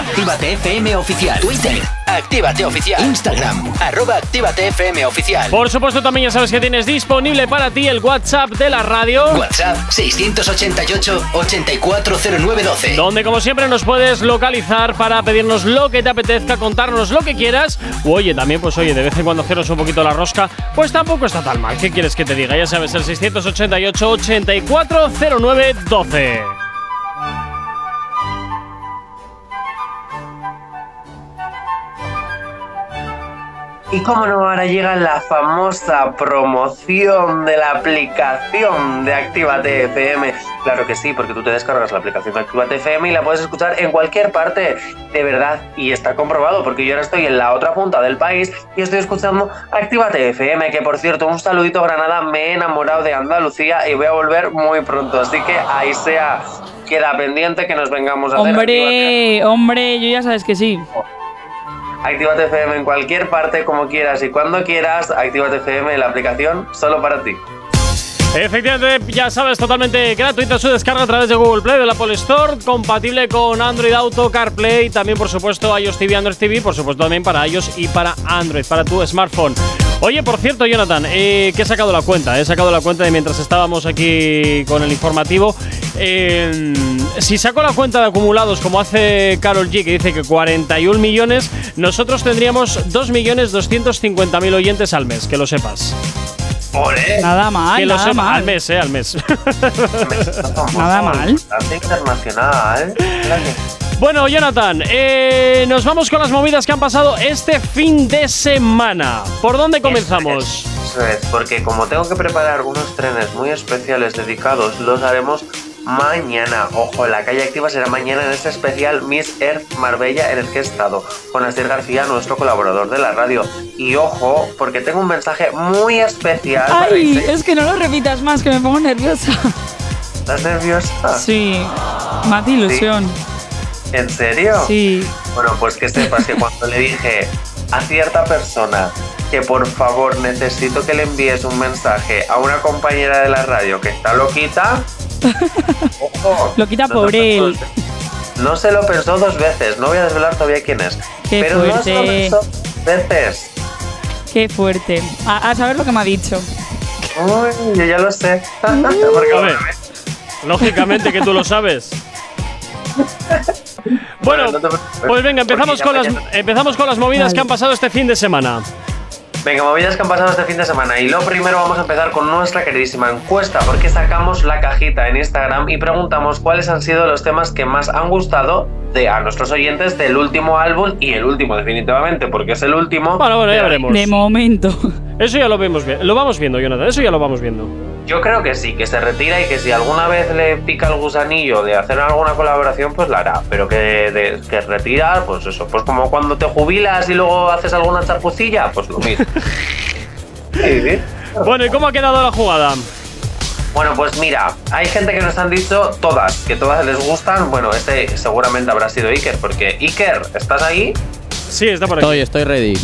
Speaker 1: Actívate FM Oficial. Twitter. Actívate Oficial. Instagram. Arroba Actívate FM Oficial.
Speaker 2: Por supuesto, también ya sabes que tienes disponible para ti el WhatsApp de la radio.
Speaker 1: WhatsApp 688-840912.
Speaker 2: Donde como siempre nos puedes localizar para pedirnos lo que te apetezca, contarnos lo que quieras. O, Oye, también pues oye, de vez en cuando hacernos un poquito la rosca, pues tampoco está tan mal. ¿Qué quieres que te diga? Ya sabes, el 688 8409 12.
Speaker 4: Y cómo no, ahora llega la famosa promoción de la aplicación de Actívate FM. Claro que sí, porque tú te descargas la aplicación de Actívate FM y la puedes escuchar en cualquier parte, de verdad. Y está comprobado, porque yo ahora estoy en la otra punta del país y estoy escuchando Actívate FM, que por cierto, un saludito Granada, me he enamorado de Andalucía y voy a volver muy pronto. Así que ahí sea, queda pendiente que nos vengamos a hacer
Speaker 3: Hombre,
Speaker 4: Actívate
Speaker 3: hombre, yo ya sabes que sí.
Speaker 4: Actívate FM en cualquier parte, como quieras y cuando quieras. Actívate FM, la aplicación solo para ti.
Speaker 2: Efectivamente, ya sabes, totalmente gratuita su descarga a través de Google Play, de la Apple Store, compatible con Android Auto, CarPlay, y también por supuesto iOS TV, Android TV, por supuesto también para iOS y para Android, para tu smartphone. Oye, por cierto, Jonathan, eh, que he sacado la cuenta, he sacado la cuenta de mientras estábamos aquí con el informativo. Eh, si saco la cuenta de acumulados, como hace Carol G, que dice que 41 millones, nosotros tendríamos 2.250.000 oyentes al mes, que lo sepas.
Speaker 4: ¡Ole!
Speaker 3: Nada mal,
Speaker 2: que lo
Speaker 3: nada
Speaker 2: sepas,
Speaker 3: mal.
Speaker 2: al mes, eh, al mes.
Speaker 3: Nada mal.
Speaker 4: Bastante internacional. Claro que-
Speaker 2: Bueno, Jonathan, eh, nos vamos con las movidas que han pasado este fin de semana. ¿Por dónde comenzamos?
Speaker 4: Eso es, porque como tengo que preparar unos trenes muy especiales dedicados, los haremos mañana. Ojo, la calle activa será mañana en este especial Miss Earth Marbella en el que he estado, con Asier García, nuestro colaborador de la radio. Y ojo, porque tengo un mensaje muy especial. para
Speaker 3: Ay,
Speaker 4: Ise-
Speaker 3: es que no lo repitas más, que me pongo nerviosa.
Speaker 4: ¿Estás
Speaker 5: Ah.
Speaker 4: nerviosa?
Speaker 3: Sí, Mati, ilusión.
Speaker 4: ¿En serio?
Speaker 3: Sí,
Speaker 4: Bueno, pues que sepas que cuando le dije a cierta persona que por favor necesito que le envíes un mensaje a una compañera de la radio que está loquita, ojo,
Speaker 3: Loquita
Speaker 4: no se lo
Speaker 3: por
Speaker 4: pensó-
Speaker 3: él.
Speaker 4: No se lo pensó dos veces, no voy a desvelar todavía quién es.
Speaker 3: Qué
Speaker 4: pero no se lo
Speaker 3: fuerte.
Speaker 4: pensó dos veces.
Speaker 3: qué fuerte. A, a saber lo que me ha dicho.
Speaker 4: Uy, yo ya lo sé.
Speaker 3: Mm.
Speaker 4: Porque
Speaker 2: A ver. Lógicamente que tú lo sabes. Bueno,
Speaker 4: no te preocupes,
Speaker 2: pues venga, empezamos con
Speaker 4: porque
Speaker 2: las,
Speaker 4: ya
Speaker 2: empezamos con las movidas
Speaker 3: Vale.
Speaker 2: que han pasado este fin de semana.
Speaker 4: Venga, movidas que han pasado este fin de semana. Y lo primero vamos a empezar con nuestra queridísima encuesta, porque sacamos la cajita en Instagram y preguntamos cuáles han sido los temas que más han gustado de a nuestros oyentes del último álbum y el último, definitivamente, porque es el último.
Speaker 2: Bueno, bueno, ya
Speaker 4: Pero
Speaker 2: veremos.
Speaker 3: De momento.
Speaker 2: Eso ya lo vemos bien. Lo vamos viendo, Jonathan. Eso ya lo vamos viendo.
Speaker 4: Yo creo que sí, que se retira y que si alguna vez le pica el gusanillo de hacer alguna colaboración, pues la hará. Pero que, de- que retirar, pues eso, pues como cuando te jubilas y luego haces alguna charpucilla, pues lo mismo. Sí, sí.
Speaker 2: Bueno, ¿y cómo ha quedado la jugada?
Speaker 4: Bueno, pues mira, hay gente que nos han dicho todas, que todas les gustan. Bueno, este seguramente habrá sido Iker, porque Iker, estás ahí,
Speaker 2: Sí, está por aquí.
Speaker 5: Estoy, estoy ready.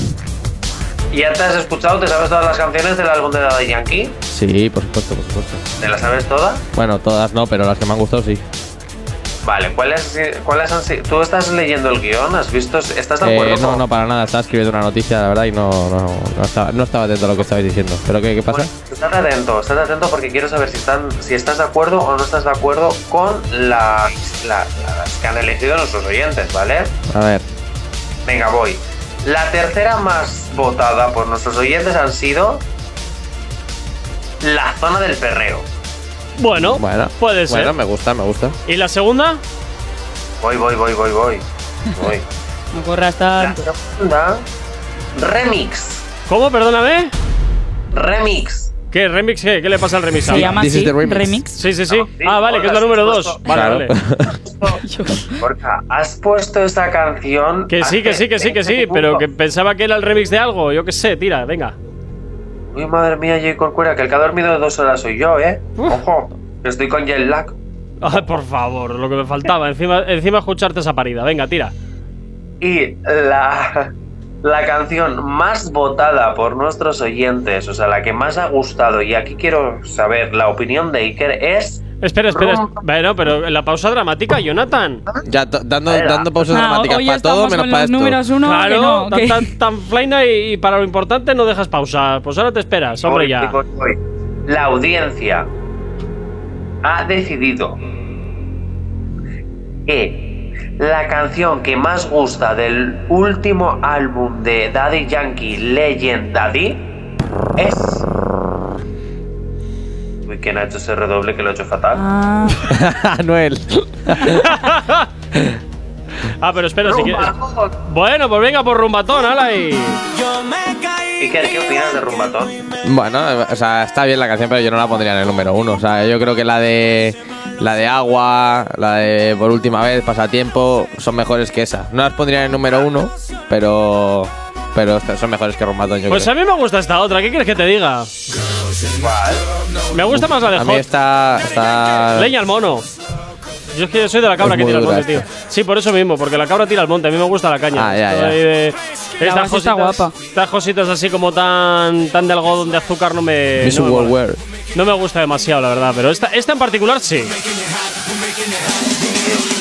Speaker 4: ya te has escuchado, te sabes todas las canciones del álbum de Daddy Yankee,
Speaker 5: Sí, por supuesto, por supuesto.
Speaker 4: te las sabes todas.
Speaker 5: Bueno, todas no, pero las que me han gustado sí.
Speaker 4: Vale, ¿cuáles, cuáles han sido? ¿Tú estás leyendo el guión? ¿Has visto? ¿Estás de
Speaker 5: Eh,
Speaker 4: acuerdo?
Speaker 5: no,
Speaker 4: con-
Speaker 5: no, para nada. Estaba escribiendo una noticia, la verdad, y no, no, no estaba, no estaba atento a lo que estabais diciendo. ¿Pero qué, qué pasa?
Speaker 4: Bueno, estad atento, estad atento porque quiero saber si, están, si estás de acuerdo o no estás de acuerdo con las, la- las que han elegido nuestros oyentes, ¿vale?
Speaker 5: A ver.
Speaker 4: Venga, voy. La tercera más votada por nuestros oyentes han sido la zona del perreo.
Speaker 2: Bueno,
Speaker 5: Bueno,
Speaker 2: puede ser.
Speaker 5: Bueno, me gusta, me gusta.
Speaker 2: ¿Y la segunda?
Speaker 4: Voy, voy, voy, voy, voy. Voy.
Speaker 3: No corras
Speaker 4: La
Speaker 3: tanto.
Speaker 4: segunda. Remix.
Speaker 2: ¿Cómo? Perdóname.
Speaker 4: Remix.
Speaker 2: ¿Qué? ¿Remix qué? ¿Qué le pasa al remix?
Speaker 3: Se llama
Speaker 5: This is
Speaker 3: así,
Speaker 5: the remix.
Speaker 3: remix.
Speaker 2: Sí, sí, sí.
Speaker 4: No, sí,
Speaker 2: Ah, vale, que es la
Speaker 4: hola,
Speaker 2: número
Speaker 4: sí,
Speaker 2: dos.
Speaker 4: justo.
Speaker 2: Vale,
Speaker 5: Claro.
Speaker 2: vale.
Speaker 4: Gorka, has puesto esta canción.
Speaker 2: Que sí, que sí, que sí, que sí, pero que pensaba que era el remix de algo. Yo qué sé, tira, venga.
Speaker 4: Uy, madre mía, J. Corcuera, que el que ha dormido dos horas soy yo, ¿eh? Ojo, que estoy con jet lag.
Speaker 2: Ay, por favor, lo que me faltaba. Encima, encima escucharte esa parida. Venga, tira.
Speaker 4: Y la, la canción más votada por nuestros oyentes, o sea, la que más ha gustado, y aquí quiero saber la opinión de Iker, es.
Speaker 2: Espera, espera. es- Bueno, pero la pausa dramática, Jonathan.
Speaker 5: Ya, to- dando,
Speaker 4: Venga.
Speaker 5: dando pausas
Speaker 3: Ah,
Speaker 5: dramáticas
Speaker 3: hoy
Speaker 5: para todo
Speaker 3: estamos
Speaker 5: menos
Speaker 3: con
Speaker 5: para
Speaker 3: los
Speaker 5: esto.
Speaker 3: números uno,
Speaker 2: claro,
Speaker 3: que no,
Speaker 2: tan,
Speaker 3: que-
Speaker 2: tan, tan flaina y, y para lo importante no dejas pausa. Pues ahora te esperas, hombre, ya.
Speaker 4: Voy, voy, voy. La audiencia ha decidido que la canción que más gusta del último álbum de Daddy Yankee, Legend Daddy, es. Uy, que no ha hecho ese redoble que lo ha hecho fatal.
Speaker 3: Ah,
Speaker 5: Anuel.
Speaker 2: Ah, pero espera, si quieres.
Speaker 4: Rumbatón.
Speaker 2: Bueno, pues venga por rumbatón, hala ahí.
Speaker 4: Iker, ¿qué opinas de Rumbatón?
Speaker 5: Bueno, o sea, está bien la canción, pero yo no la pondría en el número uno. O sea, yo creo que la de la de agua, la de por última vez, pasatiempo, son mejores que esa. No las pondría en el número uno, pero pero estas son mejores que Rombatón, yo
Speaker 2: Pues a
Speaker 5: creo.
Speaker 2: mí me gusta esta otra, ¿qué quieres que te diga? Me gusta más la de
Speaker 5: a mí
Speaker 2: Hot.
Speaker 5: está está
Speaker 2: Leña al mono. Yo es que soy de la cabra
Speaker 5: Ah. Es
Speaker 2: que
Speaker 5: muy
Speaker 2: tira al
Speaker 5: dura
Speaker 2: monte, tío. Sí, por eso mismo, porque la cabra tira al monte. A mí me gusta la caña.
Speaker 5: Ah, ya,
Speaker 2: Esto
Speaker 5: ya.
Speaker 2: ahí de-
Speaker 3: base está guapa.
Speaker 2: Estas cositas así como tan, tan de algodón de azúcar no me.
Speaker 5: Miss
Speaker 2: No me,
Speaker 5: World
Speaker 2: mola.
Speaker 5: War.
Speaker 2: No me gusta demasiado, la verdad. Pero esta, esta en particular sí.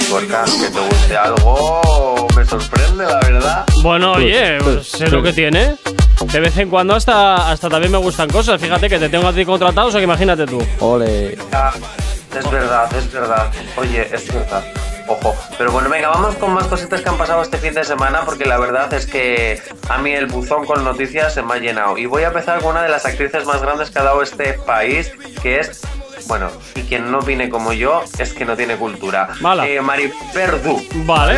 Speaker 4: Gorka, que te guste algo me sorprende, la verdad.
Speaker 2: Bueno, oye,
Speaker 5: sí,
Speaker 2: pues sé
Speaker 5: sí.
Speaker 2: lo que tiene. De vez en cuando hasta, hasta también me gustan cosas. Fíjate que te tengo a ti contratado, o sea que imagínate tú.
Speaker 5: Ole.
Speaker 4: Ah, Es verdad, es verdad. Oye, es verdad. Ojo. Pero bueno, venga, vamos con más cositas que han pasado este fin de semana, porque la verdad es que a mí el buzón con noticias se me ha llenado. Y voy a empezar con una de las actrices más grandes que ha dado este país, que es. Bueno, y quien no opine como yo es que no tiene cultura.
Speaker 2: Mala.
Speaker 4: Eh, Maribel Verdú.
Speaker 2: Vale.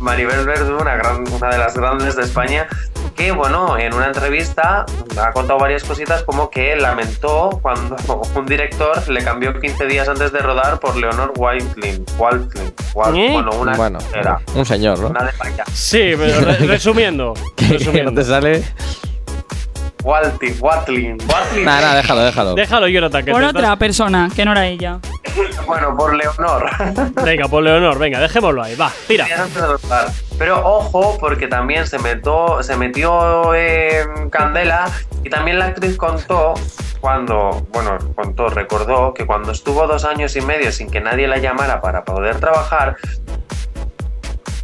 Speaker 4: Maribel Verdú, una, gran, una de las grandes de España, que, bueno, en una entrevista ha contado varias cositas como que lamentó cuando un director le cambió 15 días antes de rodar por Leonor Wildling. Wildling,
Speaker 2: ¿Eh?
Speaker 4: Bueno, una
Speaker 5: bueno,
Speaker 4: era
Speaker 5: un señor, ¿no?
Speaker 4: una de vaya.
Speaker 2: Sí, pero re- resumiendo.
Speaker 5: Que no
Speaker 2: resumiendo.
Speaker 5: te sale.
Speaker 4: Walti- Watling, Watling.
Speaker 5: Nada, nada, déjalo, déjalo.
Speaker 2: Déjalo, Jonathan. Que
Speaker 3: Por
Speaker 2: te
Speaker 3: otra persona, que no era ella.
Speaker 4: Bueno, por Leonor.
Speaker 2: estás- Venga, por Leonor, venga, dejémoslo ahí. Va, tira.
Speaker 4: Días antes de rodar. Pero ojo, porque también se, metó, se metió en candela y también la actriz contó cuando, bueno, contó, recordó que cuando estuvo dos años y medio sin que nadie la llamara para poder trabajar,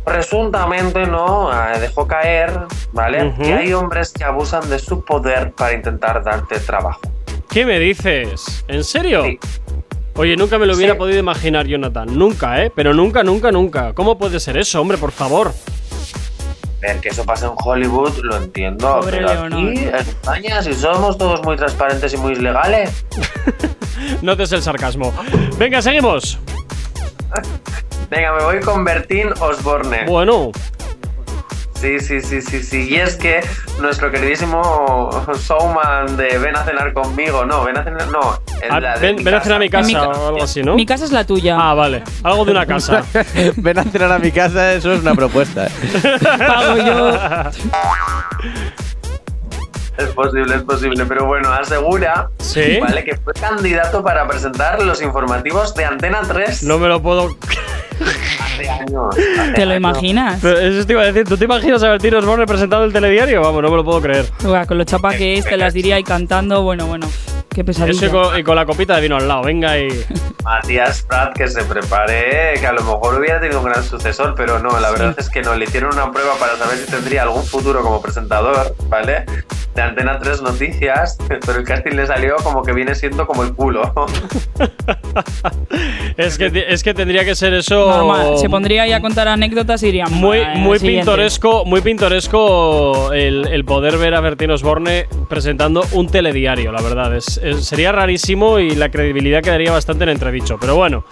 Speaker 4: presuntamente no Eh, dejó caer, ¿vale?
Speaker 2: Ujú.
Speaker 4: Que hay hombres que abusan de su poder para intentar darte trabajo.
Speaker 2: ¿Qué me dices? ¿En serio?
Speaker 4: Sí.
Speaker 2: Oye, nunca me lo hubiera
Speaker 4: Sí.
Speaker 2: podido imaginar, Jonathan. Nunca, ¿eh? Pero nunca, nunca, nunca. ¿Cómo puede ser eso, hombre, por favor?
Speaker 4: Ver que eso pasa en Hollywood, lo entiendo.
Speaker 3: Pobre
Speaker 4: pero
Speaker 3: Leonor.
Speaker 4: aquí, en España, si somos todos muy transparentes y muy legales,
Speaker 2: Notes el sarcasmo. Venga, seguimos.
Speaker 4: Venga, me voy con Bertín Osborne.
Speaker 2: Bueno,
Speaker 4: Sí, sí, sí, sí, sí. Y es que nuestro queridísimo showman de Ven a cenar conmigo, no, ven a cenar, no. en
Speaker 2: ah,
Speaker 4: la de
Speaker 2: ven, ven a cenar a mi casa
Speaker 3: mi ca-
Speaker 2: o algo así, ¿no?
Speaker 3: Mi casa es la tuya.
Speaker 2: Ah, vale. Algo de una casa.
Speaker 5: Ven a cenar a mi casa, eso es una propuesta. eh.
Speaker 3: Pago yo.
Speaker 4: Es posible, es posible. Pero bueno, asegura
Speaker 2: ¿Sí?
Speaker 4: ¿vale? que fue candidato para presentar los informativos de Antena 3
Speaker 2: No me lo puedo.
Speaker 4: hace años.
Speaker 3: ¿Te lo imaginas?
Speaker 2: Pero eso te iba a decir. ¿Tú te imaginas a Bertín Osborne presentado el telediario? Vamos, no me lo puedo creer.
Speaker 3: Buah, con lo chapa que es, te las diría y cantando, bueno, bueno, qué
Speaker 2: Eso y
Speaker 3: pesadilla.
Speaker 2: con, y con la copita de vino al lado. Venga y.
Speaker 4: Matías Prat, que se prepare, que a lo mejor hubiera tenido un gran sucesor, pero no, la verdad es que no, le hicieron una prueba para saber si tendría algún futuro como presentador, ¿vale? De Antena 3 Noticias, pero el casting le salió como que viene siendo como el culo.
Speaker 2: Es que, es que tendría que ser eso.
Speaker 3: Normal, se pondría ahí a contar anécdotas y diría
Speaker 2: Muy,
Speaker 3: "Vale,
Speaker 2: muy
Speaker 3: siguiente".
Speaker 2: pintoresco, muy pintoresco el, el poder ver a Bertín Osborne presentando un telediario, la verdad. Es, es- sería rarísimo y la credibilidad quedaría bastante en entredicho. Pero bueno,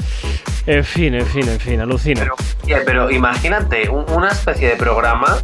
Speaker 2: en fin, en fin, en fin, alucina.
Speaker 4: Pero, oye, pero imagínate un- una especie de programa,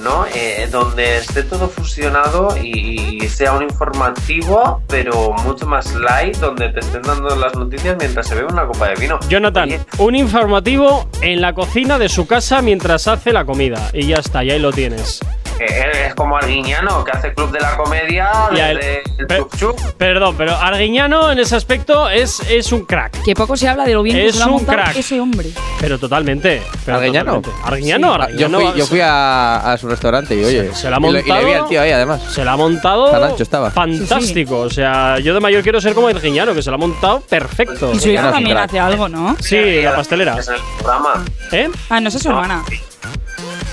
Speaker 4: ¿no? Eh, donde esté todo fusionado y, y sea un informativo, pero mucho más light, donde te estén dando las noticias mientras se bebe una copa de vino.
Speaker 2: Jonathan,
Speaker 4: Oye,
Speaker 2: un informativo en la cocina de su casa mientras hace la comida. Y ya está, y ahí lo tienes.
Speaker 4: Eh, Él es como Arguiñano, que hace Club de la Comedia,
Speaker 2: Y a él-
Speaker 4: desde el
Speaker 2: pe-
Speaker 4: Chup Chup.
Speaker 2: Perdón, pero Arguiñano en ese aspecto es, es un crack.
Speaker 3: Que poco se habla de lo bien que
Speaker 2: Es
Speaker 3: se lo ha
Speaker 2: un
Speaker 3: montado
Speaker 2: crack.
Speaker 3: ese hombre.
Speaker 2: Pero totalmente. pero
Speaker 5: ¿Arguiñano?
Speaker 2: totalmente. Arguiñano,
Speaker 5: Ah, Yo
Speaker 2: Arguiñano.
Speaker 5: fui, yo fui a, a su restaurante y oye.
Speaker 2: Se- se la ha
Speaker 5: y lo- Y le vi
Speaker 2: montado.
Speaker 5: al tío ahí además.
Speaker 2: Se la ha montado.
Speaker 5: Tan ancho estaba.
Speaker 2: Fantástico. O sea, yo de mayor quiero ser como el Giñano, que se la ha montado perfecto.
Speaker 3: Y su
Speaker 5: Ya no
Speaker 3: hija
Speaker 5: es un
Speaker 3: también
Speaker 5: crack.
Speaker 3: hace algo, ¿no?
Speaker 2: Sí, la pastelera.
Speaker 4: Es el programa.
Speaker 2: ¿Eh?
Speaker 3: Ah, no sé su
Speaker 4: No.
Speaker 3: hermana.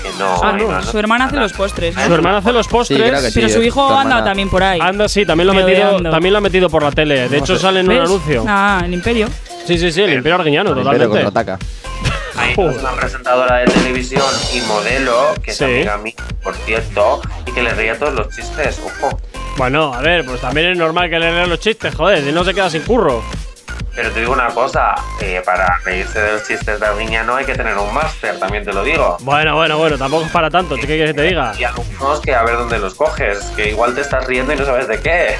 Speaker 4: Que no,
Speaker 2: Ah, no,
Speaker 4: ay,
Speaker 3: Su hermana hace los postres.
Speaker 2: Su hermana hace los
Speaker 5: Sí, creo que
Speaker 2: postres.
Speaker 5: sí.
Speaker 3: Pero su
Speaker 5: es
Speaker 3: hijo
Speaker 5: tu
Speaker 3: anda
Speaker 5: hermana.
Speaker 3: también por ahí.
Speaker 2: Anda, sí, también lo, ha metido,
Speaker 3: Merodeando.
Speaker 2: también lo ha metido por la tele. De hecho, sale en un
Speaker 3: ¿Ves?
Speaker 2: anuncio.
Speaker 3: Ah, el imperio.
Speaker 2: Sí, sí, sí, el Imperio Arguiñano,
Speaker 5: Pero
Speaker 2: totalmente.
Speaker 5: contraataca.
Speaker 2: Oh.
Speaker 4: Hay una presentadora de televisión y modelo, que es
Speaker 2: Sí.
Speaker 4: amiga mía, por cierto, y que le ría todos los chistes, ojo.
Speaker 2: Bueno, a ver, pues también es normal que le lean los chistes, joder, si no se queda sin curro.
Speaker 4: Pero te digo una cosa, eh, para reírse de los chistes de Arguiñano hay que tener un máster, también te lo digo.
Speaker 2: Bueno, bueno, bueno, tampoco es para tanto, ¿qué quieres que te diga?
Speaker 4: Y algunos que a ver dónde los coges, que igual te estás riendo y no sabes de qué.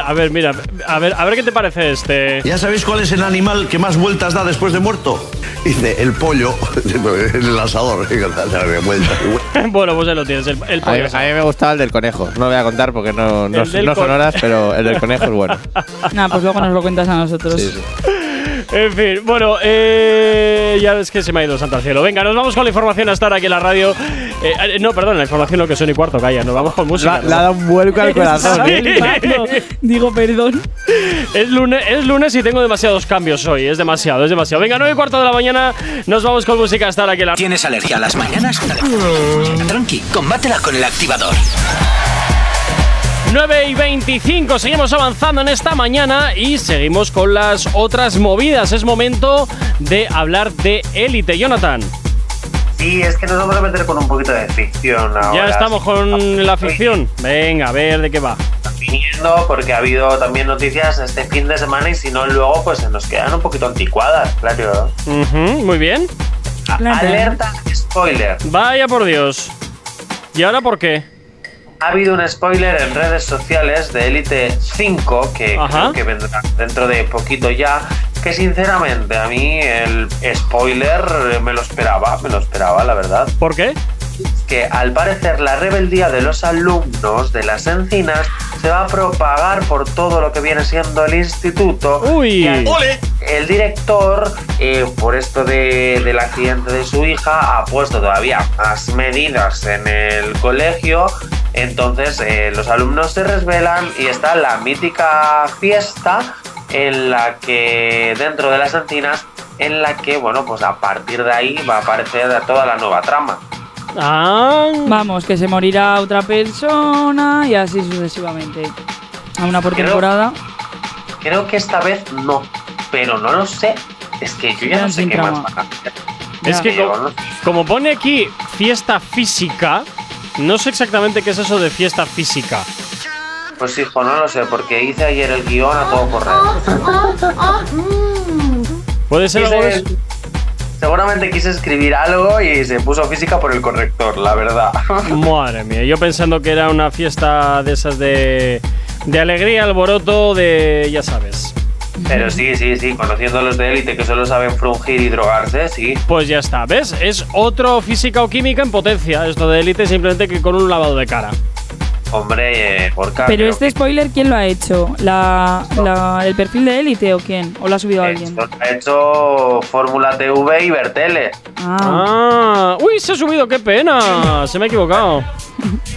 Speaker 2: A ver, mira, a ver, a ver qué te parece este.
Speaker 6: ¿Ya sabéis cuál es el animal que más vueltas da después de muerto? Dice, el pollo en el asador.
Speaker 2: bueno, pues ahí lo tienes, el, el
Speaker 5: A mí,
Speaker 2: pollo.
Speaker 5: a mí me gustaba el del conejo. No lo voy a contar porque no, no,
Speaker 2: El del
Speaker 5: no son
Speaker 2: co-
Speaker 5: horas, pero el del conejo es bueno.
Speaker 3: Nada, pues luego nos lo cuentas a nosotros.
Speaker 5: Sí, sí.
Speaker 2: En fin, bueno, eh, ya es que se me ha ido santo al cielo. Venga, nos vamos con la información a estar aquí en la radio. Eh, eh, no, perdón, la información lo que son y cuarto, calla, nos vamos con música.
Speaker 5: La- Le ha dado un vuelco al corazón.
Speaker 2: Sí.
Speaker 3: El vato. Digo, perdón.
Speaker 2: Es lunes, es lunes y tengo demasiados cambios hoy, es demasiado, es demasiado. Venga, 9 y cuarto de la mañana, nos vamos con música a estar aquí en la
Speaker 1: ¿Tienes alergia a las mañanas? Tranqui, combátela con el activador.
Speaker 2: 9 y 25, seguimos avanzando en esta mañana y seguimos con las otras movidas. Es momento de hablar de élite, Jonathan.
Speaker 4: Sí, es que nos vamos a meter con un poquito de ficción ahora. Ah,
Speaker 2: Ya estamos con la
Speaker 4: Sí.
Speaker 2: ficción. Venga, a ver de qué va.
Speaker 4: viniendo porque ha habido también noticias este fin de semana y si no luego pues se nos quedan un poquito anticuadas, claro.
Speaker 2: Ujú, muy bien.
Speaker 4: A-
Speaker 3: Claro.
Speaker 4: Alerta spoiler.
Speaker 2: Vaya por Dios. ¿Y ahora por qué?
Speaker 4: ha habido un spoiler en redes sociales de Elite 5, que
Speaker 2: Ajá.
Speaker 4: creo que vendrá dentro de poquito ya, que sinceramente a mí el spoiler eh, me lo esperaba, me lo esperaba, la verdad
Speaker 2: ¿Por qué?
Speaker 4: que al parecer la rebeldía de los alumnos de las encinas se va a propagar por todo lo que viene siendo el instituto.
Speaker 2: Uy.
Speaker 4: Y al- El director, eh, por esto de- del accidente de su hija, ha puesto todavía más medidas en el colegio. Entonces eh, los alumnos se resbelan y está la mítica fiesta en la que dentro de las encinas en la que, bueno, pues a partir de ahí va a aparecer toda la nueva trama.
Speaker 2: Ah.
Speaker 3: Vamos, que se morirá otra persona y así sucesivamente. A una por
Speaker 4: Creo-
Speaker 3: temporada.
Speaker 4: Creo que esta vez no, pero no lo sé. Es que yo ya
Speaker 3: Quedan
Speaker 4: no sé
Speaker 3: sin
Speaker 4: qué
Speaker 3: trama.
Speaker 4: más van a hacer.
Speaker 2: Es
Speaker 3: Ya.
Speaker 2: que
Speaker 4: Pero
Speaker 2: co-
Speaker 4: no-
Speaker 2: como pone aquí fiesta física, no sé exactamente qué es eso de fiesta física.
Speaker 4: Pues hijo, no lo sé, porque hice ayer el guión a todo correr.
Speaker 2: Puede ser algo de
Speaker 4: Quise-
Speaker 2: eso?
Speaker 4: Seguramente quise escribir algo y se puso física por el corrector, la verdad.
Speaker 2: Madre mía, yo pensando que era una fiesta de esas de, de alegría, alboroto, de. ya sabes.
Speaker 4: Pero sí, sí, sí, conociendo a los de élite que solo saben frungir y drogarse, sí.
Speaker 2: Pues ya está, ¿ves? Es otro física o química en potencia, esto de élite simplemente que con un lavado de cara.
Speaker 4: Hombre, eh, porca.
Speaker 3: Pero
Speaker 4: creo
Speaker 3: este spoiler, ¿quién lo ha hecho? ¿La, la- ¿El perfil de élite o quién? ¿O lo ha subido
Speaker 4: que
Speaker 3: alguien?
Speaker 4: esto lo ha hecho Fórmula TV y Bertele.
Speaker 3: Ah,
Speaker 2: Ah, uy, se ha subido, qué pena, se me ha equivocado.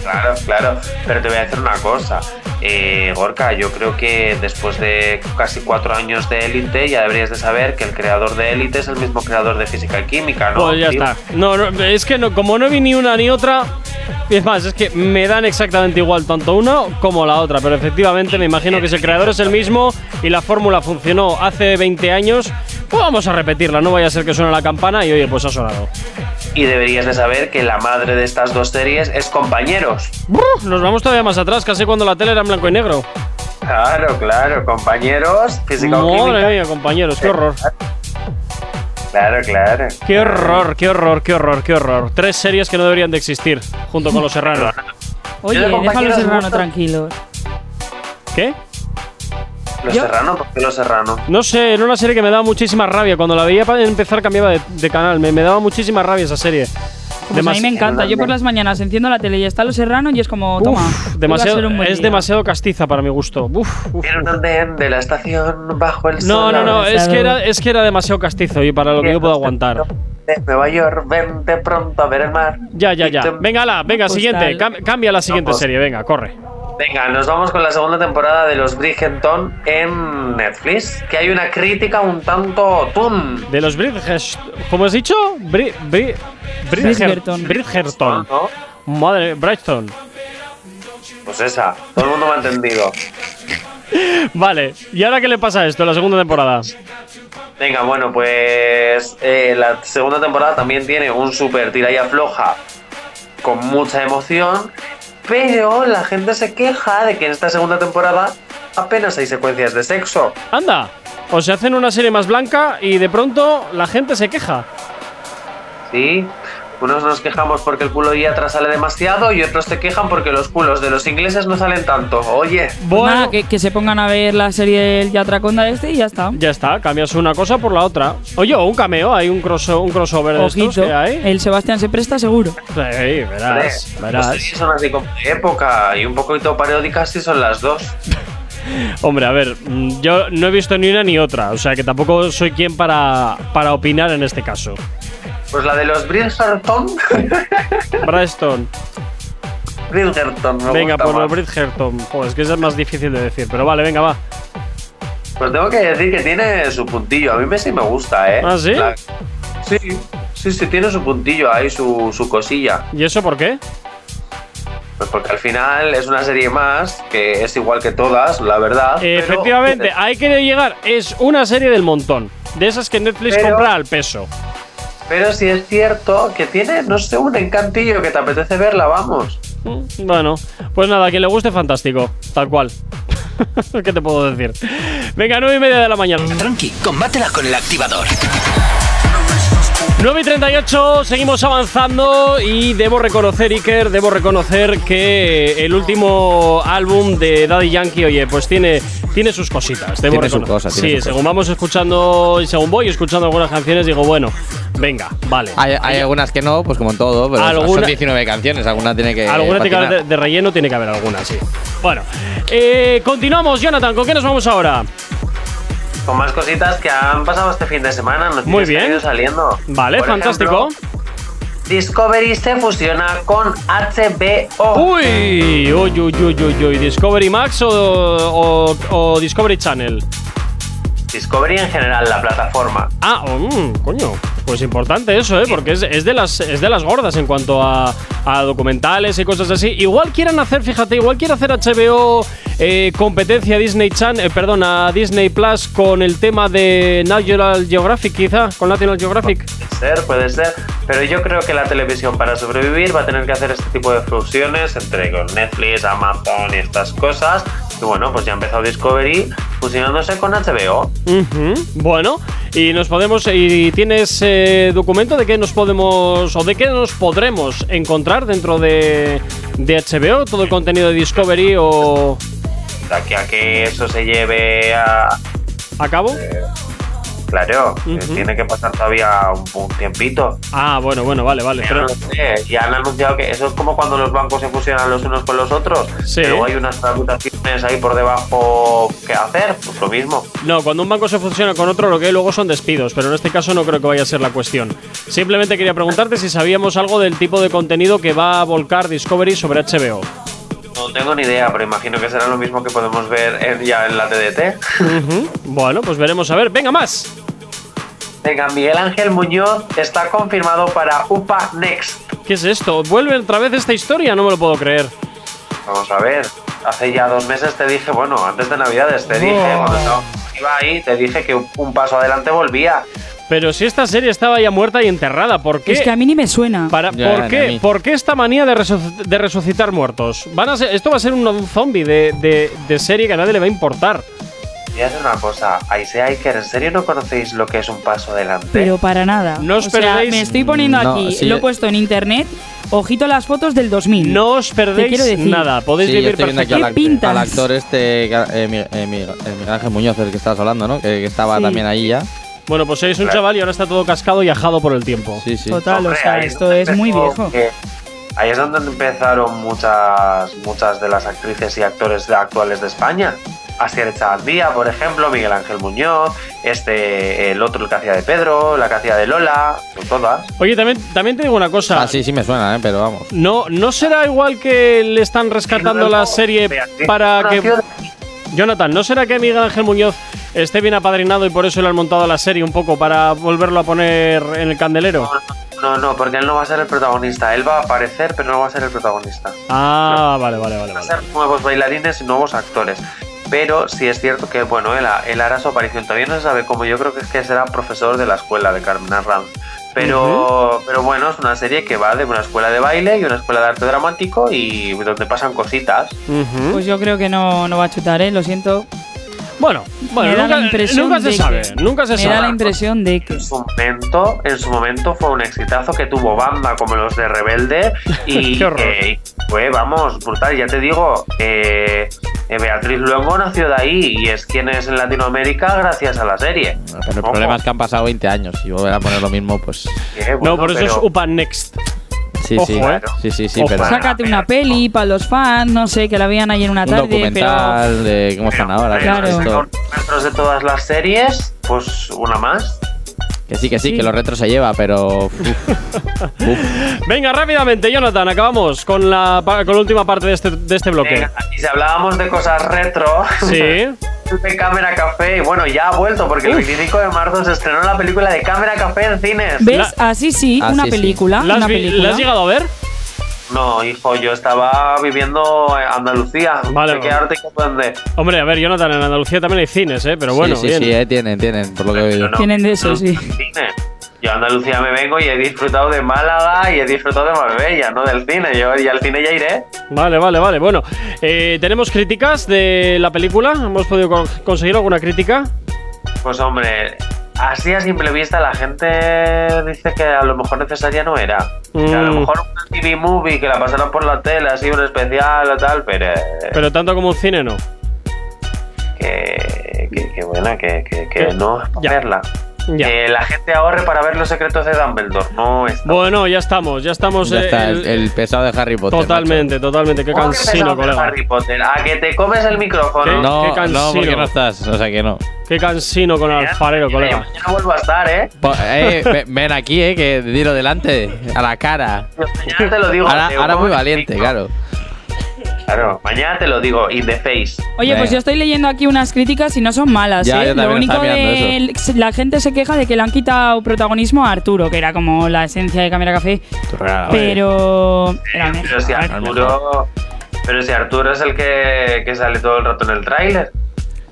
Speaker 4: Claro, claro. Pero te voy a decir una cosa. Eh, Gorka, yo creo que después de casi cuatro años de élite ya deberías de saber que el creador de élite es el mismo creador de física y química, ¿no?
Speaker 2: Pues ya
Speaker 4: tío?
Speaker 2: está. No, no, es que no, como no vi ni una ni otra, es más, es que me dan exactamente igual tanto una como la otra, pero efectivamente me imagino que si el creador es el mismo y la fórmula funcionó hace 20 años, pues vamos a repetirla, no vaya a ser que suene la campana y oye, pues ha sonado.
Speaker 4: Y deberías de saber que la madre de estas dos series es compañeros.
Speaker 2: Brr, Nos vamos todavía más atrás, casi cuando la tele era en blanco y negro.
Speaker 4: Claro, claro, compañeros, física o
Speaker 2: Madre
Speaker 4: química.
Speaker 2: mía, compañeros, qué horror.
Speaker 4: Claro, claro.
Speaker 2: Qué horror, qué horror, qué horror, qué horror. Tres series que no deberían de existir, junto con los serranos.
Speaker 3: oye,
Speaker 4: Yo de
Speaker 3: déjalo
Speaker 4: compañeros
Speaker 3: serrano
Speaker 4: gusto.
Speaker 3: tranquilo.
Speaker 2: ¿Qué?
Speaker 4: Los
Speaker 3: Yo-
Speaker 4: Serrano, ¿por qué los Serrano?
Speaker 2: No sé, era una serie que me daba muchísima rabia. Cuando la veía para empezar cambiaba de, de canal. Me, me daba muchísima rabia esa serie.
Speaker 3: Pues a mí
Speaker 2: Demasi-
Speaker 3: me encanta. Yo por las mañanas enciendo la tele y está Los Serrano y es como,
Speaker 2: Uf,
Speaker 3: toma. hoy va a ser un
Speaker 2: demasiado,
Speaker 3: buen
Speaker 2: es
Speaker 3: día.
Speaker 2: demasiado castiza para mi gusto. Uf, uf.
Speaker 4: Era un andén de la estación bajo el
Speaker 2: No,
Speaker 4: sol.
Speaker 2: no, no, es
Speaker 3: Demasiado.
Speaker 2: que, era, es que era demasiado castizo y para lo que yo puedo aguantar.
Speaker 4: De Nueva York, vente pronto a ver el mar.
Speaker 2: Ya, ya, ya. Venga, ala, venga,
Speaker 3: Pues
Speaker 2: siguiente.
Speaker 3: tal.
Speaker 2: Cam- cambia la siguiente
Speaker 4: pues-
Speaker 2: serie, venga, corre.
Speaker 4: Venga, nos vamos con la segunda temporada de Los Bridgerton en Netflix, que hay una crítica un tanto tun.
Speaker 2: De los Bridges. ¿Cómo has dicho? Bri, Bri- Bridger-
Speaker 3: Bridgerton.
Speaker 2: Bridgerton.
Speaker 4: ¿no?
Speaker 2: Madre, Brighton.
Speaker 4: Pues esa, todo el mundo me ha entendido.
Speaker 2: Vale, ¿y ahora qué le pasa a esto en la segunda temporada?
Speaker 4: Venga, bueno, pues eh, la segunda temporada también tiene un super tira y afloja con mucha emoción, pero la gente se queja de que en esta segunda temporada apenas hay secuencias de sexo.
Speaker 2: Anda, o se hacen una serie más blanca y de pronto la gente se queja.
Speaker 4: Sí, unos nos quejamos porque el culo yatra sale demasiado y otros se quejan porque los culos de los ingleses no salen tanto. Oye,
Speaker 3: Pues nada, que, que se pongan a ver la serie del Yatraconda este y ya está.
Speaker 2: ya está, cambias una cosa por la otra. Oye, o un cameo, hay un, crosso- un crossover de estos
Speaker 3: Ojito,
Speaker 2: que hay.
Speaker 3: el Sebastián se presta seguro.
Speaker 2: Sí, verás,
Speaker 4: hombre, pues las
Speaker 2: verás.
Speaker 4: series son así como de época y un poquito paródicas sí son las dos.
Speaker 2: Hombre, a ver, mm, yo no he visto ni una ni otra, o sea que tampoco soy quien para, para opinar en este caso.
Speaker 4: Pues la de los Bridgerton,
Speaker 2: Bridgestone,
Speaker 4: Bridgerton, me
Speaker 2: venga,
Speaker 4: gusta
Speaker 2: por los
Speaker 4: más.
Speaker 2: Bridgerton. Joder, es que esa es más difícil de decir, pero vale, venga, va.
Speaker 4: Pues tengo que decir que tiene su puntillo. A mí me sí me gusta, ¿eh?
Speaker 2: ¿Ah, sí?
Speaker 4: La- Sí, sí, sí, tiene su puntillo ahí, su, su cosilla.
Speaker 2: ¿Y eso por qué?
Speaker 4: Pues porque al final es una serie más, que es igual que todas, la verdad. pero-
Speaker 2: Efectivamente, hay que llegar, es una serie del montón, de esas que Netflix
Speaker 4: Pero-
Speaker 2: compra al peso.
Speaker 4: Pero sí es cierto que tiene, no sé, un encantillo que te apetece verla, vamos.
Speaker 2: Mm, Bueno, pues nada, a quien le guste, fantástico. Tal cual. ¿Qué te puedo decir? Venga, nueve y media de la mañana.
Speaker 1: Tranqui, combátela con el activador.
Speaker 2: 9 y 38, seguimos avanzando y debo reconocer, Iker, debo reconocer que el último álbum de Daddy Yankee, oye, pues tiene, tiene sus cositas. Debo
Speaker 5: Tiene su
Speaker 2: reconocer.
Speaker 5: cosa, tiene
Speaker 2: sí,
Speaker 5: su
Speaker 2: según vamos escuchando y según voy escuchando algunas canciones, digo, bueno, venga, vale.
Speaker 5: Hay, hay algunas que no, pues como en todo, pero
Speaker 2: Alguna-
Speaker 5: son 19 canciones, alguna tiene que.
Speaker 2: alguna tiene que
Speaker 5: patinar.
Speaker 2: haber de, de relleno, tiene que haber alguna, sí. Bueno, eh, continuamos, Jonathan, ¿con qué nos vamos ahora?
Speaker 4: Con más cositas que han pasado este fin de semana. noticias
Speaker 2: Muy
Speaker 4: que han
Speaker 2: bien.
Speaker 4: ido saliendo.
Speaker 2: Vale,
Speaker 4: Por
Speaker 2: fantástico.
Speaker 4: ejemplo, Discovery se fusiona con HBO.
Speaker 2: Uy, uy, uy, uy, uy, uy, Discovery Max o, o- o Discovery Channel.
Speaker 4: Discovery en general, la plataforma.
Speaker 2: Ah, oh, mm, coño, pues importante eso, ¿eh? Porque es, es de las, es de las gordas en cuanto a, a documentales y cosas así. Igual quieran hacer, fíjate, igual quiere hacer HBO eh, competencia a Disney Chan, eh, perdón, a Disney Plus con el tema de National Geographic, quizá, con National Geographic.
Speaker 4: Puede ser, puede ser. Pero yo creo que la televisión para sobrevivir va a tener que hacer este tipo de fusiones entre con Netflix, Amazon y estas cosas. Y bueno, pues ya ha empezado Discovery fusionándose con HBO.
Speaker 2: Ujú, Bueno, y nos podemos. ¿Y tienes eh, documento de qué nos podemos. o de qué nos podremos encontrar dentro de, de HBO? ¿Todo el contenido de Discovery o.
Speaker 4: De aquí a que eso se lleve a,
Speaker 2: a cabo?
Speaker 4: Claro, eh,
Speaker 2: Ujú.
Speaker 4: tiene que pasar todavía un, un tiempito.
Speaker 2: Ah, bueno, bueno, vale, vale. pero-
Speaker 4: Pero no sé, ya han anunciado que eso es como cuando los bancos se fusionan los unos con los otros.
Speaker 2: Sí.
Speaker 4: que Luego hay unas tramitaciones ahí por debajo que hacer, pues lo mismo.
Speaker 2: no, cuando un banco se funciona con otro, lo que hay luego son despidos, pero en este caso no creo que vaya a ser la cuestión. Simplemente quería preguntarte si sabíamos algo del tipo de contenido que va a volcar Discovery sobre HBO.
Speaker 4: No tengo ni idea, pero imagino que será lo mismo que podemos ver en- ya en la TDT.
Speaker 2: Ujú, Bueno, pues veremos a ver. Venga, más.
Speaker 4: Venga, Miguel Ángel Muñoz está confirmado para UPA Next.
Speaker 2: ¿Qué es esto? ¿Vuelve otra vez esta historia? No me lo puedo creer.
Speaker 4: Vamos a ver, hace ya dos meses te dije, bueno, antes de Navidades te dije, cuando estaba- iba ahí, te dije que un- un paso adelante volvía.
Speaker 2: Pero si esta serie estaba ya muerta y enterrada, ¿por qué?
Speaker 3: Es que a mí ni me suena.
Speaker 2: Para-
Speaker 5: Ya,
Speaker 2: ¿por,
Speaker 5: ni a
Speaker 2: qué,
Speaker 5: mí.
Speaker 2: ¿Por qué esta manía de, resuc- de resucitar muertos? Van a ser- esto va a ser un zombie de, de- de serie que a nadie le va a importar.
Speaker 4: Voy a hacer una cosa, Aisea Iker, ¿en serio no conocéis lo que es un paso adelante?
Speaker 3: Pero para nada.
Speaker 2: No os
Speaker 3: O sea,
Speaker 2: perdáis-
Speaker 3: me estoy poniendo
Speaker 5: No,
Speaker 3: aquí,
Speaker 5: sí.
Speaker 3: lo he puesto en internet. Ojito a las fotos del 2000.
Speaker 2: No os
Speaker 3: quiero
Speaker 2: perdéis
Speaker 3: decir.
Speaker 2: nada, podéis
Speaker 5: Sí, yo
Speaker 2: vivir
Speaker 5: estoy viendo aquí
Speaker 2: perfectamente.
Speaker 5: al,
Speaker 3: perfectamente. ¿Qué
Speaker 5: act-
Speaker 3: pintas?
Speaker 5: al actor este, que- eh, Mi- eh, Mi- eh, Miguel Ángel Muñoz, el que estabas hablando, ¿no? Que, que estaba
Speaker 3: Sí.
Speaker 5: también ahí ya.
Speaker 2: Bueno, pues sois un chaval y ahora está todo cascado y ajado por el tiempo.
Speaker 5: Sí, sí.
Speaker 3: Total, o
Speaker 4: Hombre,
Speaker 3: sea,
Speaker 4: ahí
Speaker 3: esto
Speaker 4: donde
Speaker 3: es muy
Speaker 4: empezó
Speaker 3: viejo.
Speaker 4: que- Ahí es donde empezaron muchas, muchas de las actrices y actores de- actuales de España. Asier Echeandía, por ejemplo, Miguel Ángel Muñoz, este, el otro el que hacía de Pedro, la que hacía de Lola, pues todas.
Speaker 2: Oye, también, también te digo una cosa.
Speaker 5: Ah, sí, sí me suena, ¿eh? Pero vamos.
Speaker 2: No, ¿No será igual que le están rescatando la serie para que Jonathan, ¿no será que Miguel Ángel Muñoz esté bien apadrinado y por eso le han montado la serie un poco para volverlo a poner en el candelero?
Speaker 4: No, no, porque él no va a ser el protagonista. Él va a aparecer, pero no va a ser el protagonista.
Speaker 2: Ah, vale, vale, vale.
Speaker 4: Van a
Speaker 2: vale.
Speaker 4: ser nuevos bailarines y nuevos actores. Pero sí es cierto que, bueno, él, ha- él hará su aparición. Todavía no se sabe cómo. Yo creo que es que será profesor de la escuela de Carmen Arranz. Pero, pero bueno, es una serie que va de una escuela de baile y una escuela de arte dramático y donde pasan cositas.
Speaker 2: Ujú.
Speaker 3: Pues yo creo que no, no va a chutar, ¿eh? Lo siento.
Speaker 2: Bueno, bueno,
Speaker 3: me da la
Speaker 2: nunca,
Speaker 3: impresión
Speaker 2: nunca se
Speaker 3: de
Speaker 2: sabe,
Speaker 3: que-
Speaker 2: nunca se
Speaker 3: Me da la
Speaker 2: sabe.
Speaker 3: impresión de que.
Speaker 4: En su momento, en su momento fue un exitazo que tuvo banda como los de Rebelde y
Speaker 2: Qué horror.
Speaker 4: que fue, vamos, brutal. Ya te digo, eh, eh, Beatriz Luengo nació de ahí y es quien es en Latinoamérica gracias a la serie.
Speaker 5: Pero el
Speaker 4: Ojo.
Speaker 5: problema es que han pasado 20 años y volver a poner lo mismo, pues.
Speaker 4: Eh, bueno,
Speaker 2: No, por eso
Speaker 4: pero-
Speaker 2: es UPA Next.
Speaker 5: Sí,
Speaker 2: Ojo,
Speaker 5: sí.
Speaker 2: ¿eh?
Speaker 5: Sí, sí, sí,
Speaker 2: Ojo.
Speaker 5: pero.
Speaker 4: Saca
Speaker 3: Sácate una peli para los fans, no sé, que la vean ayer una
Speaker 5: Un
Speaker 3: tarde, pero.
Speaker 5: documental de cómo están
Speaker 4: pero
Speaker 5: ahora. que
Speaker 3: claro.
Speaker 5: esto-
Speaker 4: son Dentro de todas las series, pues una más.
Speaker 5: Que sí, que sí,
Speaker 3: Sí.
Speaker 5: que los retros se lleva, pero. uf, uf.
Speaker 2: Venga, rápidamente, Jonathan, acabamos con la, pa- con la última parte de este, de este bloque.
Speaker 4: Venga, y si hablábamos de cosas retro,
Speaker 2: Sí.
Speaker 4: de Cámara Café, y bueno, ya ha vuelto porque el
Speaker 2: Uf.
Speaker 4: 25 de marzo se estrenó la película de Cámara Café en cines.
Speaker 3: ¿Ves?
Speaker 2: La-
Speaker 3: así sí,
Speaker 5: Así
Speaker 3: una
Speaker 5: sí.
Speaker 3: película.
Speaker 2: ¿La has,
Speaker 3: Una
Speaker 2: vi-
Speaker 3: película.
Speaker 2: la has llegado a ver?
Speaker 4: No, hijo, yo estaba viviendo en Andalucía.
Speaker 2: Vale,
Speaker 4: Sé que
Speaker 2: vale.
Speaker 4: ahora tengo donde.
Speaker 2: Hombre, a ver, Jonathan, en Andalucía también hay cines, ¿eh? Pero bueno,
Speaker 5: sí, sí,
Speaker 2: bien.
Speaker 5: sí, eh, tienen, tienen, por lo que veo yo.
Speaker 4: Pero no,
Speaker 3: Tienen de eso,
Speaker 4: no,
Speaker 3: sí.
Speaker 4: cine. Yo a Andalucía me vengo y he disfrutado de Málaga y he disfrutado de Marbella, no del cine. Yo y al cine ya iré.
Speaker 2: Vale, vale, vale. Bueno, eh, ¿tenemos críticas de la película? ¿Hemos podido co- conseguir alguna crítica?
Speaker 4: Pues hombre, así a simple vista la gente dice que a lo mejor necesaria no era. Que a lo
Speaker 2: Mm.
Speaker 4: mejor una TV movie que la pasaran por la tele, así un especial o tal, pero, eh,
Speaker 2: Pero tanto como un cine no.
Speaker 4: que, que, que buena, que, que, que
Speaker 2: Que-
Speaker 4: no es para
Speaker 2: ya.
Speaker 4: verla.
Speaker 2: Ya.
Speaker 4: Que la gente ahorre para ver los secretos de Dumbledore, no es
Speaker 2: Bueno, ya estamos, ya estamos.
Speaker 5: Ya
Speaker 2: eh,
Speaker 5: está,
Speaker 2: el-
Speaker 5: el, el pesado de Harry Potter.
Speaker 2: totalmente, totalmente. Qué
Speaker 4: ¿Cómo que
Speaker 2: cansino,
Speaker 4: empezamos con
Speaker 2: colega.
Speaker 4: Harry Potter, a que te comes el
Speaker 2: ¿Qué?
Speaker 4: micrófono.
Speaker 5: macho. No,
Speaker 2: Qué
Speaker 5: no, porque
Speaker 2: cansino.
Speaker 5: no estás, o sea que no.
Speaker 2: Qué cansino con el alfarero,
Speaker 4: Yo
Speaker 2: colega.
Speaker 4: mañana vuelvo a estar, ¿eh?
Speaker 5: Po- eh, ve- ven aquí, eh, que dilo delante, a la cara.
Speaker 4: Yo Mañana te lo digo.
Speaker 5: Ahora,
Speaker 4: te
Speaker 5: ahora
Speaker 4: voy
Speaker 5: muy
Speaker 4: a
Speaker 5: valiente,
Speaker 4: explicar.
Speaker 5: claro.
Speaker 4: Claro, mañana te lo digo, in the face.
Speaker 3: Oye, pues
Speaker 5: Venga.
Speaker 3: yo estoy leyendo aquí unas críticas y no son malas,
Speaker 5: Ya,
Speaker 3: ¿eh?
Speaker 5: yo
Speaker 3: Lo
Speaker 5: también
Speaker 3: único
Speaker 5: estaba
Speaker 3: de
Speaker 5: mirando
Speaker 3: la gente se queja de que le han quitado protagonismo a Arturo, que era como la esencia de Cámara Café,
Speaker 2: Pues,
Speaker 3: pero era
Speaker 4: Pero
Speaker 3: mejor.
Speaker 4: si Arturo. Pero si Arturo es el que, que sale todo el rato en el tráiler.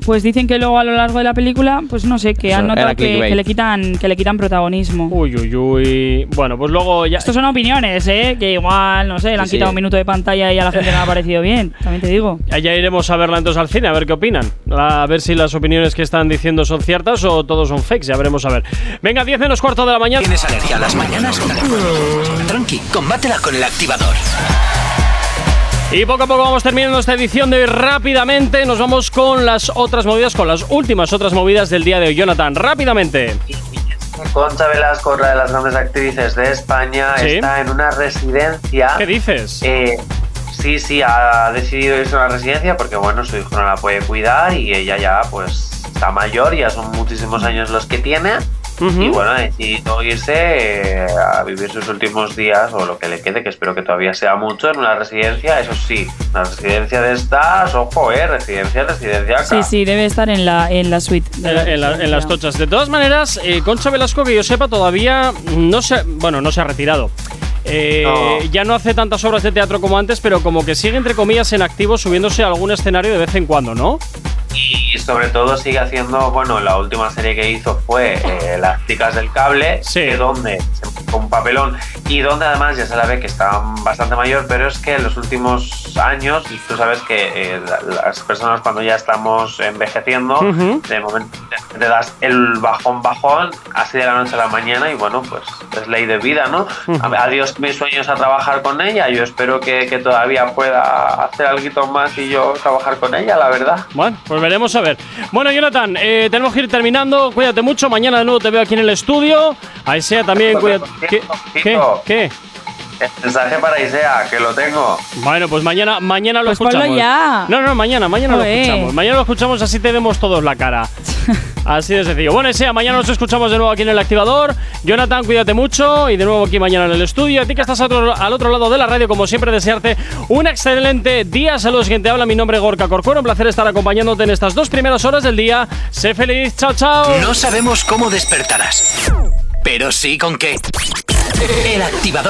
Speaker 3: Pues dicen que luego a lo largo de la película, pues no sé, que
Speaker 5: Eso,
Speaker 3: han
Speaker 5: era
Speaker 3: notado que,
Speaker 5: clickbait.
Speaker 3: que le quitan que le quitan protagonismo.
Speaker 2: Uy, uy, uy. Bueno, pues luego ya.
Speaker 3: Estos son opiniones, ¿eh? Que igual, no sé, le han
Speaker 5: Sí, sí.
Speaker 3: quitado un minuto de pantalla y a la gente le ha parecido bien, también te digo.
Speaker 2: Ya iremos a verla entonces al cine, a ver qué opinan. A ver si las opiniones que están diciendo son ciertas o todos son fakes, ya veremos a ver. Venga, 10 menos cuarto de la mañana.
Speaker 1: ¿Tienes alergia a las mañanas? Tranqui, combátela con el activador.
Speaker 2: Y poco a poco vamos terminando esta edición de hoy rápidamente. Nos vamos con las otras movidas, con las últimas otras movidas del día de hoy. Jonathan, rápidamente.
Speaker 4: Concha Velasco, una de las grandes actrices de España,
Speaker 2: Sí.
Speaker 4: está en una residencia.
Speaker 2: ¿Qué dices?
Speaker 3: Pues,
Speaker 4: Eh, sí, sí, ha decidido irse a una residencia porque, bueno, su hijo no la puede cuidar y ella ya, pues, está mayor, ya son muchísimos años los que tiene.
Speaker 2: Ujú.
Speaker 4: Y bueno, ha decidido irse eh, a vivir sus últimos días o lo que le quede, que espero que todavía sea mucho, en una residencia, eso sí, una residencia de estas, ojo, eh, residencia, residencia. acá.
Speaker 3: Sí, sí, debe estar en la, en la suite. de
Speaker 2: En,
Speaker 3: la
Speaker 2: en la- en las
Speaker 3: residencia.
Speaker 2: tochas. De todas maneras, eh, Concha Velasco, que yo sepa, todavía no se, bueno, no se ha retirado. Eh,
Speaker 4: No.
Speaker 2: Ya no hace tantas obras de teatro como antes, pero como que sigue, entre comillas, en activo subiéndose a algún escenario de vez en cuando, ¿no?
Speaker 4: Y sobre todo sigue haciendo, bueno, la última serie que hizo fue eh, Las chicas del cable,
Speaker 2: Sí.
Speaker 4: que donde se- con un papelón y donde además ya se la ve que está bastante mayor, pero es que en los últimos años, tú sabes que eh, la- las personas cuando ya estamos envejeciendo,
Speaker 2: Ujú.
Speaker 4: de momento te, te das el bajón, bajón, así de la noche a la mañana y bueno, pues es ley de vida, ¿no? A- Adiós mis sueños a trabajar con ella, yo espero que, que todavía pueda hacer algo más y yo trabajar con ella, la verdad.
Speaker 2: Bueno, pues veremos a ver. Bueno, Jonathan, eh, tenemos que ir terminando. Cuídate mucho. Mañana de nuevo te veo aquí en el estudio. Aisea también,
Speaker 4: Pero,
Speaker 2: cuídate. ¿Qué?
Speaker 4: pero,
Speaker 2: ¿Qué?
Speaker 4: Tito.
Speaker 2: ¿Qué?
Speaker 4: El mensaje para Isea, que lo tengo.
Speaker 2: Bueno, pues mañana, mañana lo
Speaker 3: Pues ponlo
Speaker 2: escuchamos.
Speaker 3: ya.
Speaker 2: No, no, mañana, mañana lo
Speaker 3: Joder.
Speaker 2: escuchamos. Mañana lo escuchamos, así te vemos todos la cara. Así de sencillo. Bueno, sea, mañana nos escuchamos de nuevo aquí en el activador. Jonathan, cuídate mucho y de nuevo aquí mañana en el estudio. A ti que estás a otro- al otro lado de la radio, como siempre, desearte un excelente día. Saludos, quien te habla. Mi nombre es Gorka Corcuero. Un placer estar acompañándote en estas dos primeras horas del día. Sé feliz. Chao, chao.
Speaker 1: No sabemos cómo despertarás, pero sí con qué. El activador.